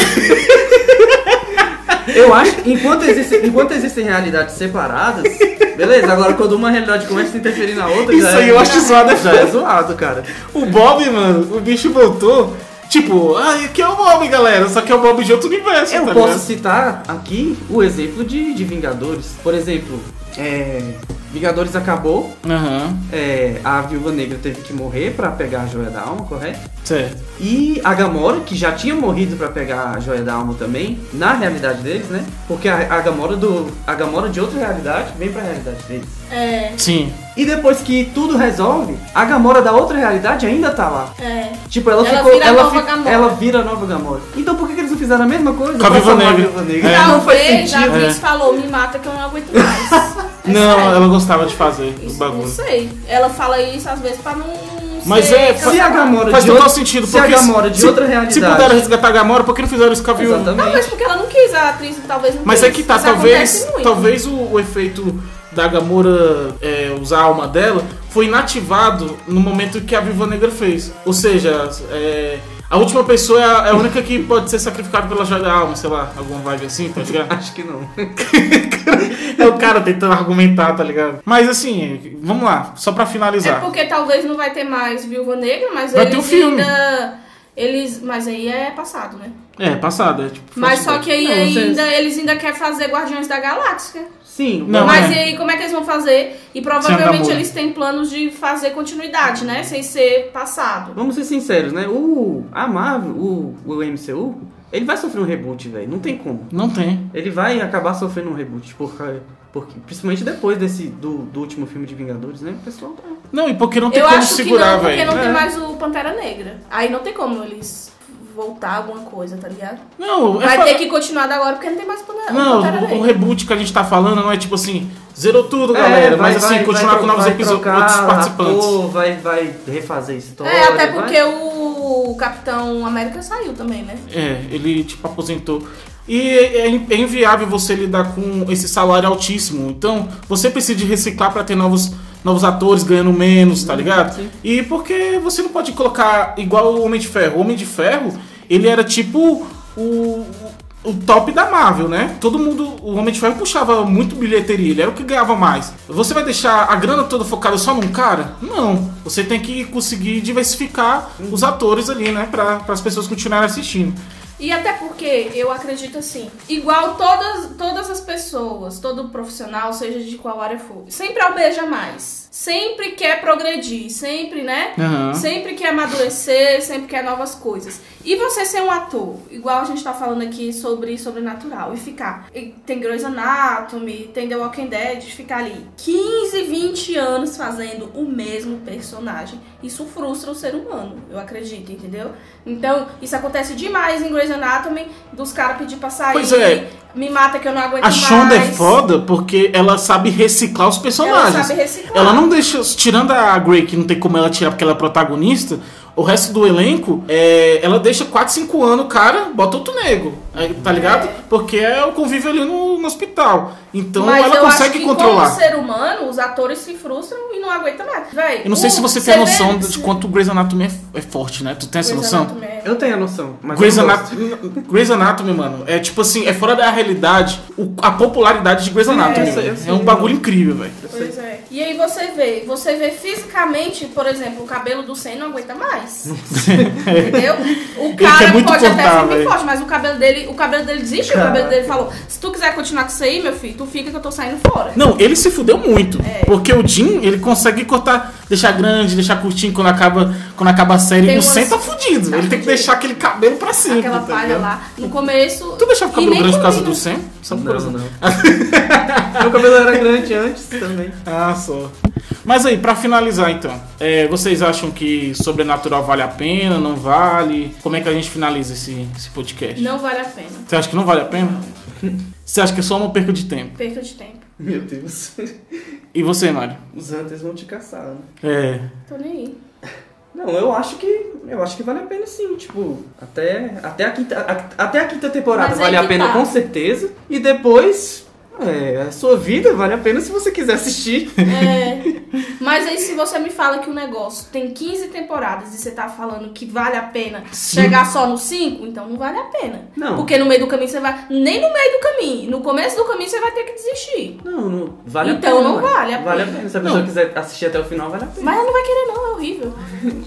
eu acho, enquanto existem, enquanto existem realidades separadas, beleza, agora quando uma realidade começa a interferir na outra, Isso já aí é, eu acho zoado, já é zoado, cara. O Bob, mano, o bicho voltou. Tipo, ah, aqui é o Bob, galera. Só que é o Bob de outro universo, Eu tá posso ligado? citar aqui o exemplo de, de Vingadores. Por exemplo, é, Vingadores acabou, Aham, é, a Viúva Negra teve que morrer pra pegar a Joia da Alma, correto? certo. E a Gamora, que já tinha morrido pra pegar a Joia da Alma também, na realidade deles, né? Porque a, a Gamora do a Gamora de outra realidade vem pra realidade deles. É, Sim. E depois que tudo resolve, a Gamora da outra realidade ainda tá lá. é. Tipo, ela, Ela ficou. vira a ela, nova fi- Gamora. ela vira a nova Gamora. Então por que, que eles não fizeram a mesma coisa? Com a pra Viúva salvar Negra. Viúva Negra? É. Não faz Talvez a sentido. Vince É. falou, me mata que eu não aguento mais. É Não, sério. ela gostava de fazer o Isso, não bagulho. sei. Ela fala isso às vezes pra não. não Mas ser é, Se a cancelada. Gamora Faz de total outra- sentido, se a porque Gamora de outra realidade. Se puderam resgatar a Gamora, por que não fizeram isso com a Viúva? Não, Exatamente. mas porque ela não quis a atriz, talvez não né? Mas quis. é que tá, Mas talvez, acontece muito. talvez o, o efeito da Gamora é, usar a alma dela foi inativado no momento que a Viva Negra fez. Ou seja, é, a última pessoa é a, é a única que pode ser sacrificada pela joia da alma, sei lá, alguma vibe assim, tá ligado? Acho que não. É o cara tentando argumentar, tá ligado? Mas assim, vamos lá, só pra É finalizar. porque talvez não vai ter mais Viúva Negra, mas ah. Vai eles ter o filme. ainda. Eles. Mas aí é passado, né? É, passada, é tipo. Mas só faz- que aí Não, vocês- ainda eles ainda querem fazer Guardiões da Galáxia. Sim, Não, mas é. e aí como é que eles vão fazer? E Sem a provavelmente Gamora. eles têm planos de fazer continuidade, né? Sem ser passado. Vamos ser sinceros, né? O a Marvel, o, o MCU, ele vai sofrer um reboot, velho. Não tem como. Não tem. Ele vai acabar sofrendo um reboot, porque, porque principalmente depois desse do, do último filme de Vingadores, né? O pessoal tá. Não, e porque não tem Eu como acho segurar, que não, porque velho. não É. tem mais o Pantera Negra. Aí não tem como eles voltar alguma coisa, tá ligado? Não, é Vai fa- ter que continuar da agora porque não tem mais Pantera, Não, Pantera o, o Negra. reboot que a gente tá falando não é tipo assim, zerou tudo, É, galera, vai- mas assim, vai- continuar vai com tro- novos vai episódios, trocar outros participantes. ator, vai, vai refazer história. É, até vai- porque o Capitão América saiu também, né? É, ele tipo aposentou. E é, in- é inviável você lidar com esse salário altíssimo. Então, você precisa de reciclar pra ter novos, novos atores ganhando menos, tá ligado? sim. E porque você não pode colocar igual o Homem de Ferro. O Homem de Ferro, ele era tipo o, o top da Marvel, né? Todo mundo, o Homem de Ferro puxava muito bilheteria, ele era o que ganhava mais. Você vai deixar a grana toda focada só num cara? Não. Você tem que conseguir diversificar os atores ali, né? Para as pessoas continuarem assistindo. E até porque eu acredito assim, igual todas, todas as pessoas, todo profissional, seja de qual área for, sempre almeja mais. Sempre quer progredir, sempre, né? Aham. Sempre quer amadurecer, sempre quer novas coisas. E você ser um ator, igual a gente tá falando aqui sobre sobrenatural, e ficar. e tem Grey's Anatomy, tem The Walking Dead, ficar ali 15, 20 anos fazendo o mesmo personagem. Isso frustra o ser humano, eu acredito, entendeu? Então, isso acontece demais em Grey's Anatomy, dos caras pedir pra sair, Pois é. me mata que eu não aguento A Shonda mais. é foda porque ela sabe reciclar os personagens. Ela sabe reciclar. Ela não deixa. Tirando a Grey, que não tem como ela tirar porque ela é protagonista, o resto do elenco, é, ela deixa 4, 5 anos o cara, bota outro nego. aí, Tá ligado? Porque é o convívio ali no, no hospital. Então Mas ela eu acho consegue que controlar. Como ser humano, os atores se frustram e não aguentam mais. Véi, Eu não sei o- se você tem a vê- noção de quanto o Grey's Anatomy é, é forte, né? Tu tem essa Grey's noção? Anatomy é- Eu tenho a noção, mas. Grey's, eu não Anat- gosto. Grey's Anatomy, mano, é tipo assim, é fora da realidade o- a popularidade de Grey's Anatomy. eu sei, eu velho. sei. é um bagulho incrível, velho. Eu sei. Pois é. E aí você vê, você vê fisicamente, por exemplo, o cabelo do Sen não aguenta mais. Entendeu? O quer cara é muito pode cortar, até ser bem velho. forte, mas o cabelo dele, o cabelo dele desistiu, o cabelo Caraca. dele falou: se tu quiser continuar com isso aí, meu filho, tu fica que eu tô saindo fora. Não, ele se fudeu muito. É. Porque o Jim, ele consegue cortar, deixar grande, deixar curtinho quando acaba, quando acaba a série. Tem e o umas- Sam tá fudido. tá ele tem fudido. que deixar aquele cabelo pra cima. Aquela tá palha ligado? lá. No começo. Tu deixava o e cabelo nem grande por causa do combina. Sam? Só por Não, causa não. Meu cabelo era grande antes também. Ah, só. Mas aí, pra finalizar então, é, vocês acham que Sobrenatural vale a pena, não vale? Como é que a gente finaliza esse, esse podcast? Não vale a pena. Você acha que não vale a pena? Você acha que é só uma perca de tempo? Perca de tempo. Meu Deus. E você, Mário? Os hunters vão te caçar, né? É. Tô nem aí. Não, eu acho que eu acho que vale a pena sim, tipo, até até a quinta a- até a quinta temporada Mas aí vale a que pena tá. com certeza e depois é, a sua vida vale a pena se você quiser assistir. É. Mas aí se você me fala que o negócio tem 15 temporadas e você tá falando que vale a pena Sim. chegar só no 5, então não vale a pena. Não. Porque no meio do caminho você vai. Nem no meio do caminho. No começo do caminho você vai ter que desistir. Não, não vale Então a pena. não ué. vale a Vale a pena. pena. Se a pessoa Não. quiser assistir até o final, vale a pena. Mas ela não vai querer, não, é horrível.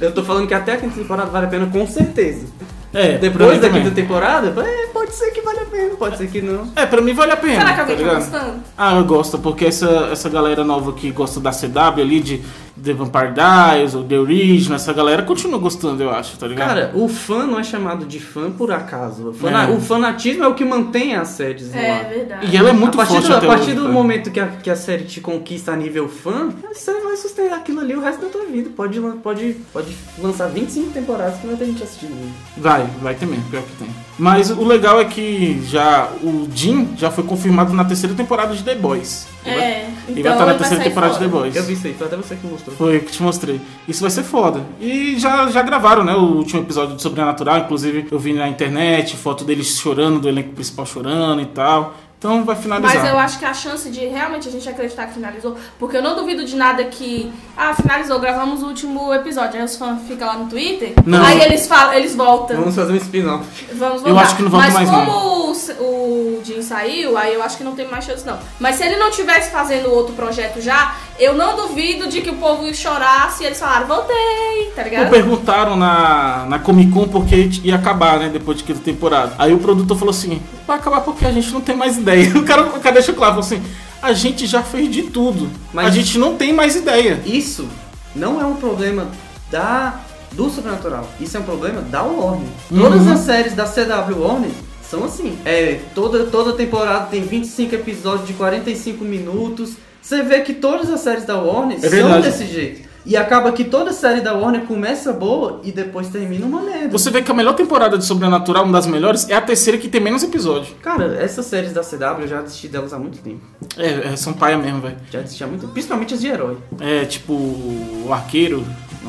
Eu tô falando que até a quinta temporada vale a pena com certeza. É, pra mim Depois da também. quinta temporada, é, pode ser que vale a pena, pode ser que não. É, pra mim vale a pena. Será que alguém tá tá ligado? gostando? Ah, eu gosto, porque essa, essa galera nova que gosta da CW ali, de The Vampire Diaries, ou The Original, essa galera continua gostando, eu acho, tá ligado? Cara, o fã não é chamado de fã por acaso. O, fana- É. o fanatismo é o que mantém as séries no É ar. verdade. e ela é muito a partir, forte do, a até partir hoje, tá é. do cara. momento que a, que a série te conquista a nível fã, você vai sustentar aquilo ali o resto da tua vida. Pode, lan- pode, pode lançar 25 temporadas que vai ter gente assistindo. Vai, vai também, pior que tem. Mas o legal é que já o Jim já foi confirmado na terceira temporada de The Boys. Ele vai- É, então Ele vai estar na terceira sair temporada fora. de The Boys. Eu vi isso aí, foi até você que mostrou. Foi o que te mostrei. Isso vai ser foda. E já, já gravaram, né? O último episódio do Sobrenatural. Inclusive, eu vi na internet foto deles chorando, do elenco principal chorando e tal. Então vai finalizar. Mas eu acho que a chance de realmente a gente acreditar que finalizou, porque eu não duvido de nada que. Ah, finalizou, gravamos o último episódio. Aí os fãs ficam lá no Twitter, Não. aí eles falam, eles voltam. Vamos fazer um spin-off. Vamos Eu voltar. acho que não volta Mas mais, como não. o C- o Jim saiu, aí eu acho que não tem mais chance, não. Mas se ele não tivesse fazendo outro projeto já, eu não duvido de que o povo chorasse e eles falaram, voltei, tá Ou ligado? perguntaram na, na Comic Con porque ia acabar, né? Depois de quinta temporada. Aí o produtor falou assim: vai acabar porque a gente não tem mais ideia. O cara, o cara deixou claro, falou assim: a gente já fez de tudo. Mas- A gente não tem mais ideia. Isso não é um problema da do Sobrenatural. Isso é um problema da Warner. Todas Uhum. as séries da CW Warner são assim. É, toda, toda temporada tem 25 episódios de 45 minutos. Você vê que todas as séries da Warner são É verdade. desse jeito. E acaba que toda série da Warner começa boa e depois termina uma merda. Você vê que a melhor temporada de Sobrenatural, uma das melhores, é a terceira que tem menos episódio. Cara, essas séries da CW eu já assisti delas há muito tempo. É, é são paia mesmo, velho. Já assisti há muito tempo. Principalmente as de herói. É, tipo, o arqueiro,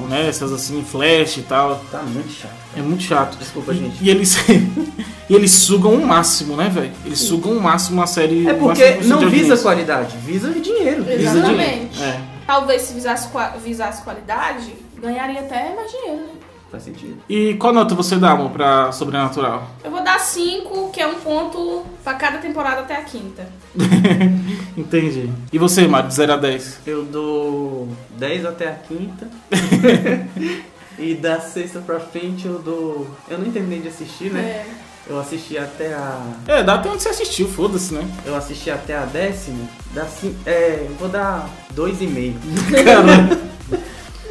né? Essas assim, flash e tal. Tá muito chato. É muito chato. Desculpa, gente. E eles, e eles sugam o máximo, né, velho? Eles sugam o máximo a série. É o porque máximo de não visa audiência. qualidade, visa dinheiro. Visa Exatamente. dinheiro. É. Talvez se visasse, qua- visasse qualidade, ganharia até mais dinheiro, né? Faz sentido. E qual nota você dá, amor, pra Sobrenatural? Eu vou dar 5, que é um ponto pra cada temporada até a quinta. Entendi. E você, Mário, de 0 a 10? Eu dou 10 até a quinta. e da sexta pra frente eu dou. Eu não terminei de assistir, né? É. Eu assisti até a. É, dá até onde você assistiu, foda-se, né? Eu assisti até a décima. Da cin... É, eu vou dar 2,5. Cara.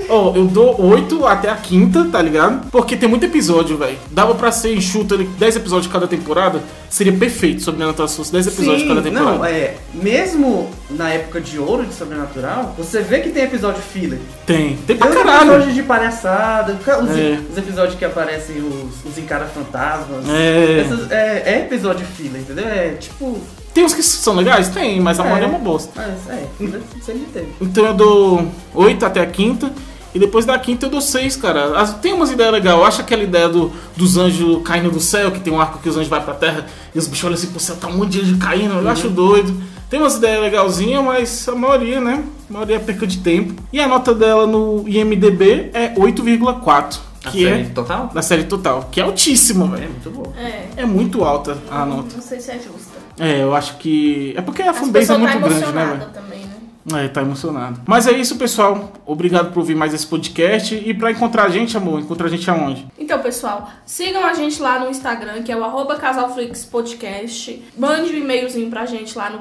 Ó, eu dou 8 até a quinta, tá ligado? Porque tem muito episódio, velho. Dava pra ser enxuta ali, 10 episódios de cada temporada, seria perfeito Sobrenatural se fosse 10 episódios de cada temporada. não, é. Mesmo na época de ouro de Sobrenatural, você vê que tem episódio filler. Tem, tem Tem pra os É caralho. é- episódios de palhaçada, ca- os, É. os episódios que aparecem os, os encara-fantasmas. É, Essas- É, é episódio filler, entendeu? É tipo. tem uns que são legais? Tem, mas a É. maioria é uma bosta. Mas é, sempre teve. Então eu dou 8 até a quinta. E depois da quinta eu dou 6, cara. As- Tem umas ideias legais. Eu acho aquela ideia do, dos anjos caindo do céu, que tem um arco que os anjos vai pra terra e os bichos olham assim pro céu, tá um monte de anjo caindo. Eu acho doido. Tem umas ideias legalzinhas, mas a maioria, né? A maioria é perca de tempo. E a nota dela no IMDB é 8,4. Tá Que é total? da série total. Que é altíssima, É velho. muito bom. É. É muito alta a nota. Não sei se é justa. É, eu acho que. É porque a As fanbase é pessoas muito tá grande, né, velho? emocionada também, né? É, tá emocionado. Mas é isso, pessoal. Obrigado por ouvir mais esse podcast. E pra encontrar a gente, amor, encontrar a gente aonde? Então, pessoal, sigam a gente lá no Instagram, que é o arroba casalflixpodcast. Mande um e-mailzinho pra gente lá no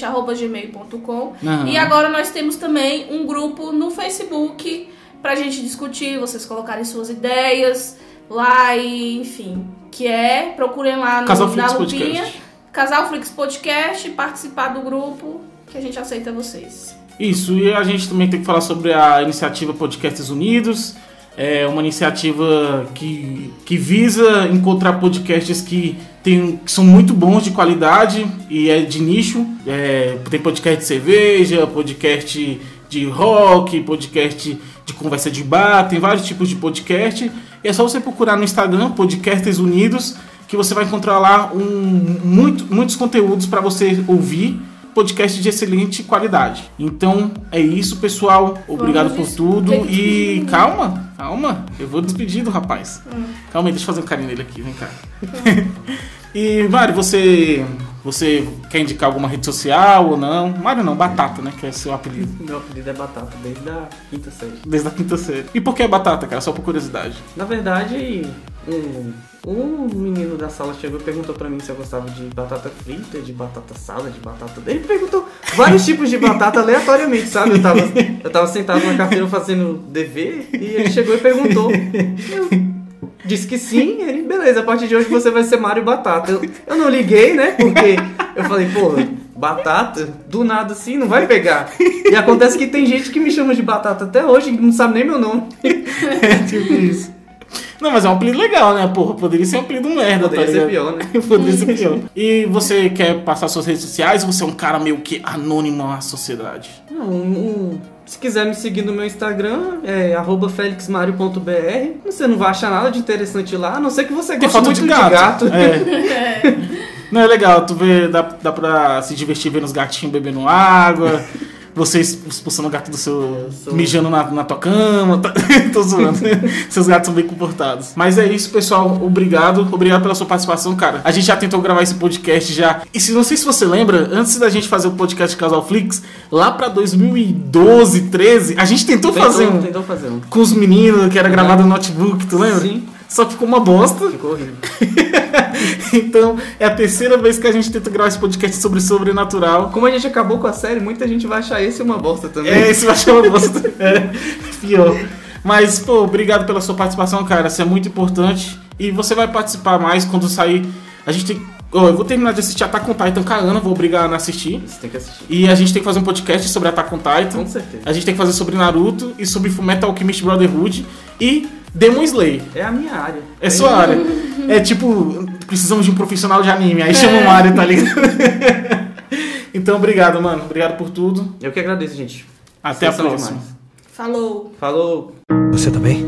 casalflixpodcast.gmail.com. Aham. E agora nós temos também um grupo no Facebook pra gente discutir, vocês colocarem suas ideias lá e, enfim, que é, procurem lá no, Casal na Flix lupinha. Podcast. Casal Flix Podcast, participar do grupo, que a gente aceita vocês. Isso, e a gente também tem que falar sobre a iniciativa Podcasts Unidos. É uma iniciativa que, que visa encontrar podcasts que tem, que são muito bons de qualidade e é de nicho. É, tem podcast de cerveja, podcast de rock, podcast de conversa de bar, tem vários tipos de podcast. E é só você procurar no Instagram, Podcasters Unidos, que você vai encontrar lá um, muito, muitos conteúdos para você ouvir. Podcast de excelente qualidade. Então é isso, pessoal. Obrigado Vamos por tudo. despedir. E calma, calma. Eu vou despedir do rapaz. Calma aí, deixa eu fazer um carinho nele aqui, vem cá. e Mário, você. Você quer indicar alguma rede social ou não? Mário não, Batata, né? Que é seu apelido. Meu apelido é Batata, desde a quinta série. Desde a quinta série. E por que Batata, cara? Só por curiosidade. Na verdade, um, um menino da sala chegou e perguntou pra mim se eu gostava de batata frita, de batata salada, de batata... Ele perguntou vários tipos de batata aleatoriamente, sabe? Eu tava, eu tava sentado na carteira fazendo dever e ele chegou e perguntou. Eu disse que sim, ele, beleza, a partir de hoje você vai ser Mário Batata. Eu, eu não liguei, né? Porque eu falei, porra, batata? Do nada assim, não vai pegar. E acontece que tem gente que me chama de batata até hoje e não sabe nem meu nome. É tipo isso. Não, mas é um apelido legal, né? Porra, poderia ser um apelido merda, Poderia tá ser ligado? pior, né? Poderia ser pior. E você quer passar suas redes sociais ou você é um cara meio que anônimo à sociedade? Não, um- se quiser me seguir no meu Instagram, é arroba felixmario.br. Você não vai achar nada de interessante lá, a não ser que você Tem goste foto muito de gato. De gato. É. Não, é legal, tu vê, dá, dá pra se divertir vendo os gatinhos bebendo água, você es- expulsando o gato do seu. Eu sou- mijando na, na tua cama. tá- Tô zoando. Seus gatos são bem comportados. Mas é isso, pessoal. Obrigado. Obrigado pela sua participação, cara. A gente já tentou gravar esse podcast já. E se não sei se você lembra, antes da gente fazer o podcast de Casal Flix, lá pra 2012, 13, a gente tentou, Tentou- fazer um Tentou fazer um. com os meninos que era gravado no notebook, tu lembra? Sim. Só que ficou uma bosta. Ficou horrível. Então, é a terceira vez que a gente tenta gravar esse podcast sobre sobrenatural. Como a gente acabou com a série, muita gente vai achar esse uma bosta também. É, esse vai achar uma bosta. É, pior. Mas, pô, obrigado pela sua participação, cara. Isso é muito importante. E você vai participar mais quando sair. A gente tem. ó, eu vou terminar de assistir Attack on Titan com a Ana, vou obrigar a Ana a assistir. Você tem que assistir. E a gente tem que fazer um podcast sobre Attack on Titan. Com certeza. A gente tem que fazer sobre Naruto e sobre Fullmetal Alchemist Brotherhood e Demon Slayer. É a minha área. É sua área. É tipo, precisamos de um profissional de anime. Aí chama É. uma área, tá ligado? então, obrigado, mano. Obrigado por tudo. Eu que agradeço, gente. Até a Vocês são próxima. demais. Falou. Falou. Você tá bem?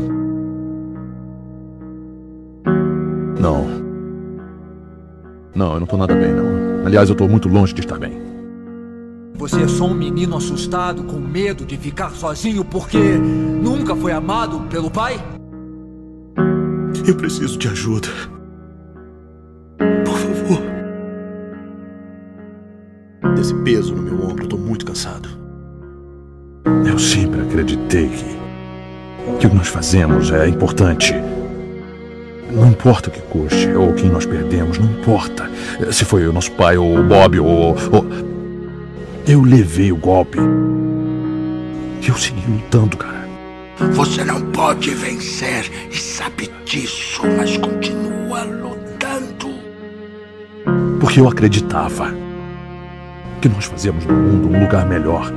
Não. Não, eu não tô nada bem, não. Aliás, eu tô muito longe de estar bem. Você é só um menino assustado com medo de ficar sozinho porque nunca foi amado pelo pai? Eu preciso de ajuda. Por favor. Desse peso no meu ombro, eu tô muito cansado. Eu sempre acreditei que. que o que nós fazemos é importante. Não importa o que custe ou quem nós perdemos, não importa. Eh, Se foi o nosso pai ou o Bob ou. ou... Eu levei o golpe. Eu segui lutando, cara. Você não pode vencer e sabe disso, mas continua lutando. Porque eu acreditava que nós fazíamos do mundo um lugar melhor.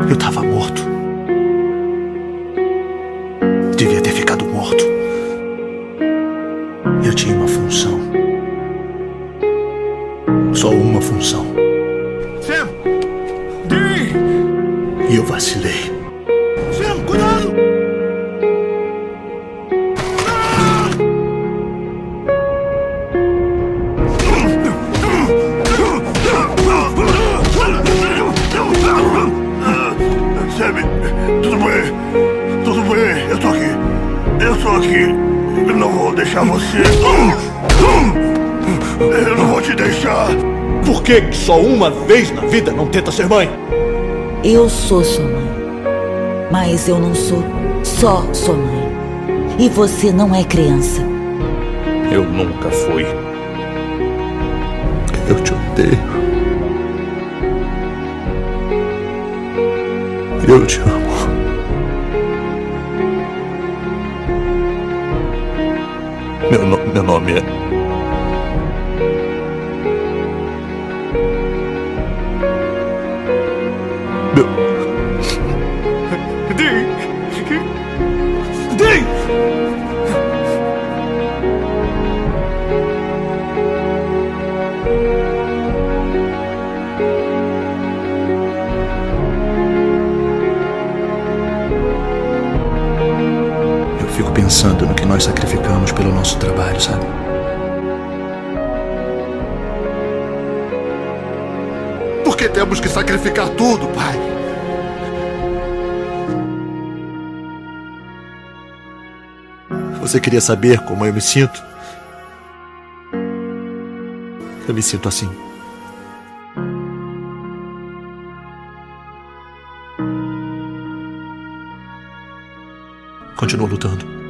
Eu estava morto. Devia ter ficado morto. Eu tinha uma função. Só uma função. Sam! Dean! E eu vacilei. Sam, cuidado! Sammy, tudo bem? Tudo bem, eu tô aqui. Eu tô aqui. Eu não vou deixar você. Eu não vou te deixar. Por que que só uma vez na vida não tenta ser mãe? Eu sou sua mãe. Mas eu não sou só sua mãe. E você não é criança. Eu nunca fui. Eu te odeio. Eu te amo. Meu, no- meu nome é. Meu. Dean! pensando no que nós sacrificamos pelo nosso trabalho, sabe? Por que temos que sacrificar tudo, pai? Você queria saber como eu me sinto? Eu me sinto assim. Continuo lutando.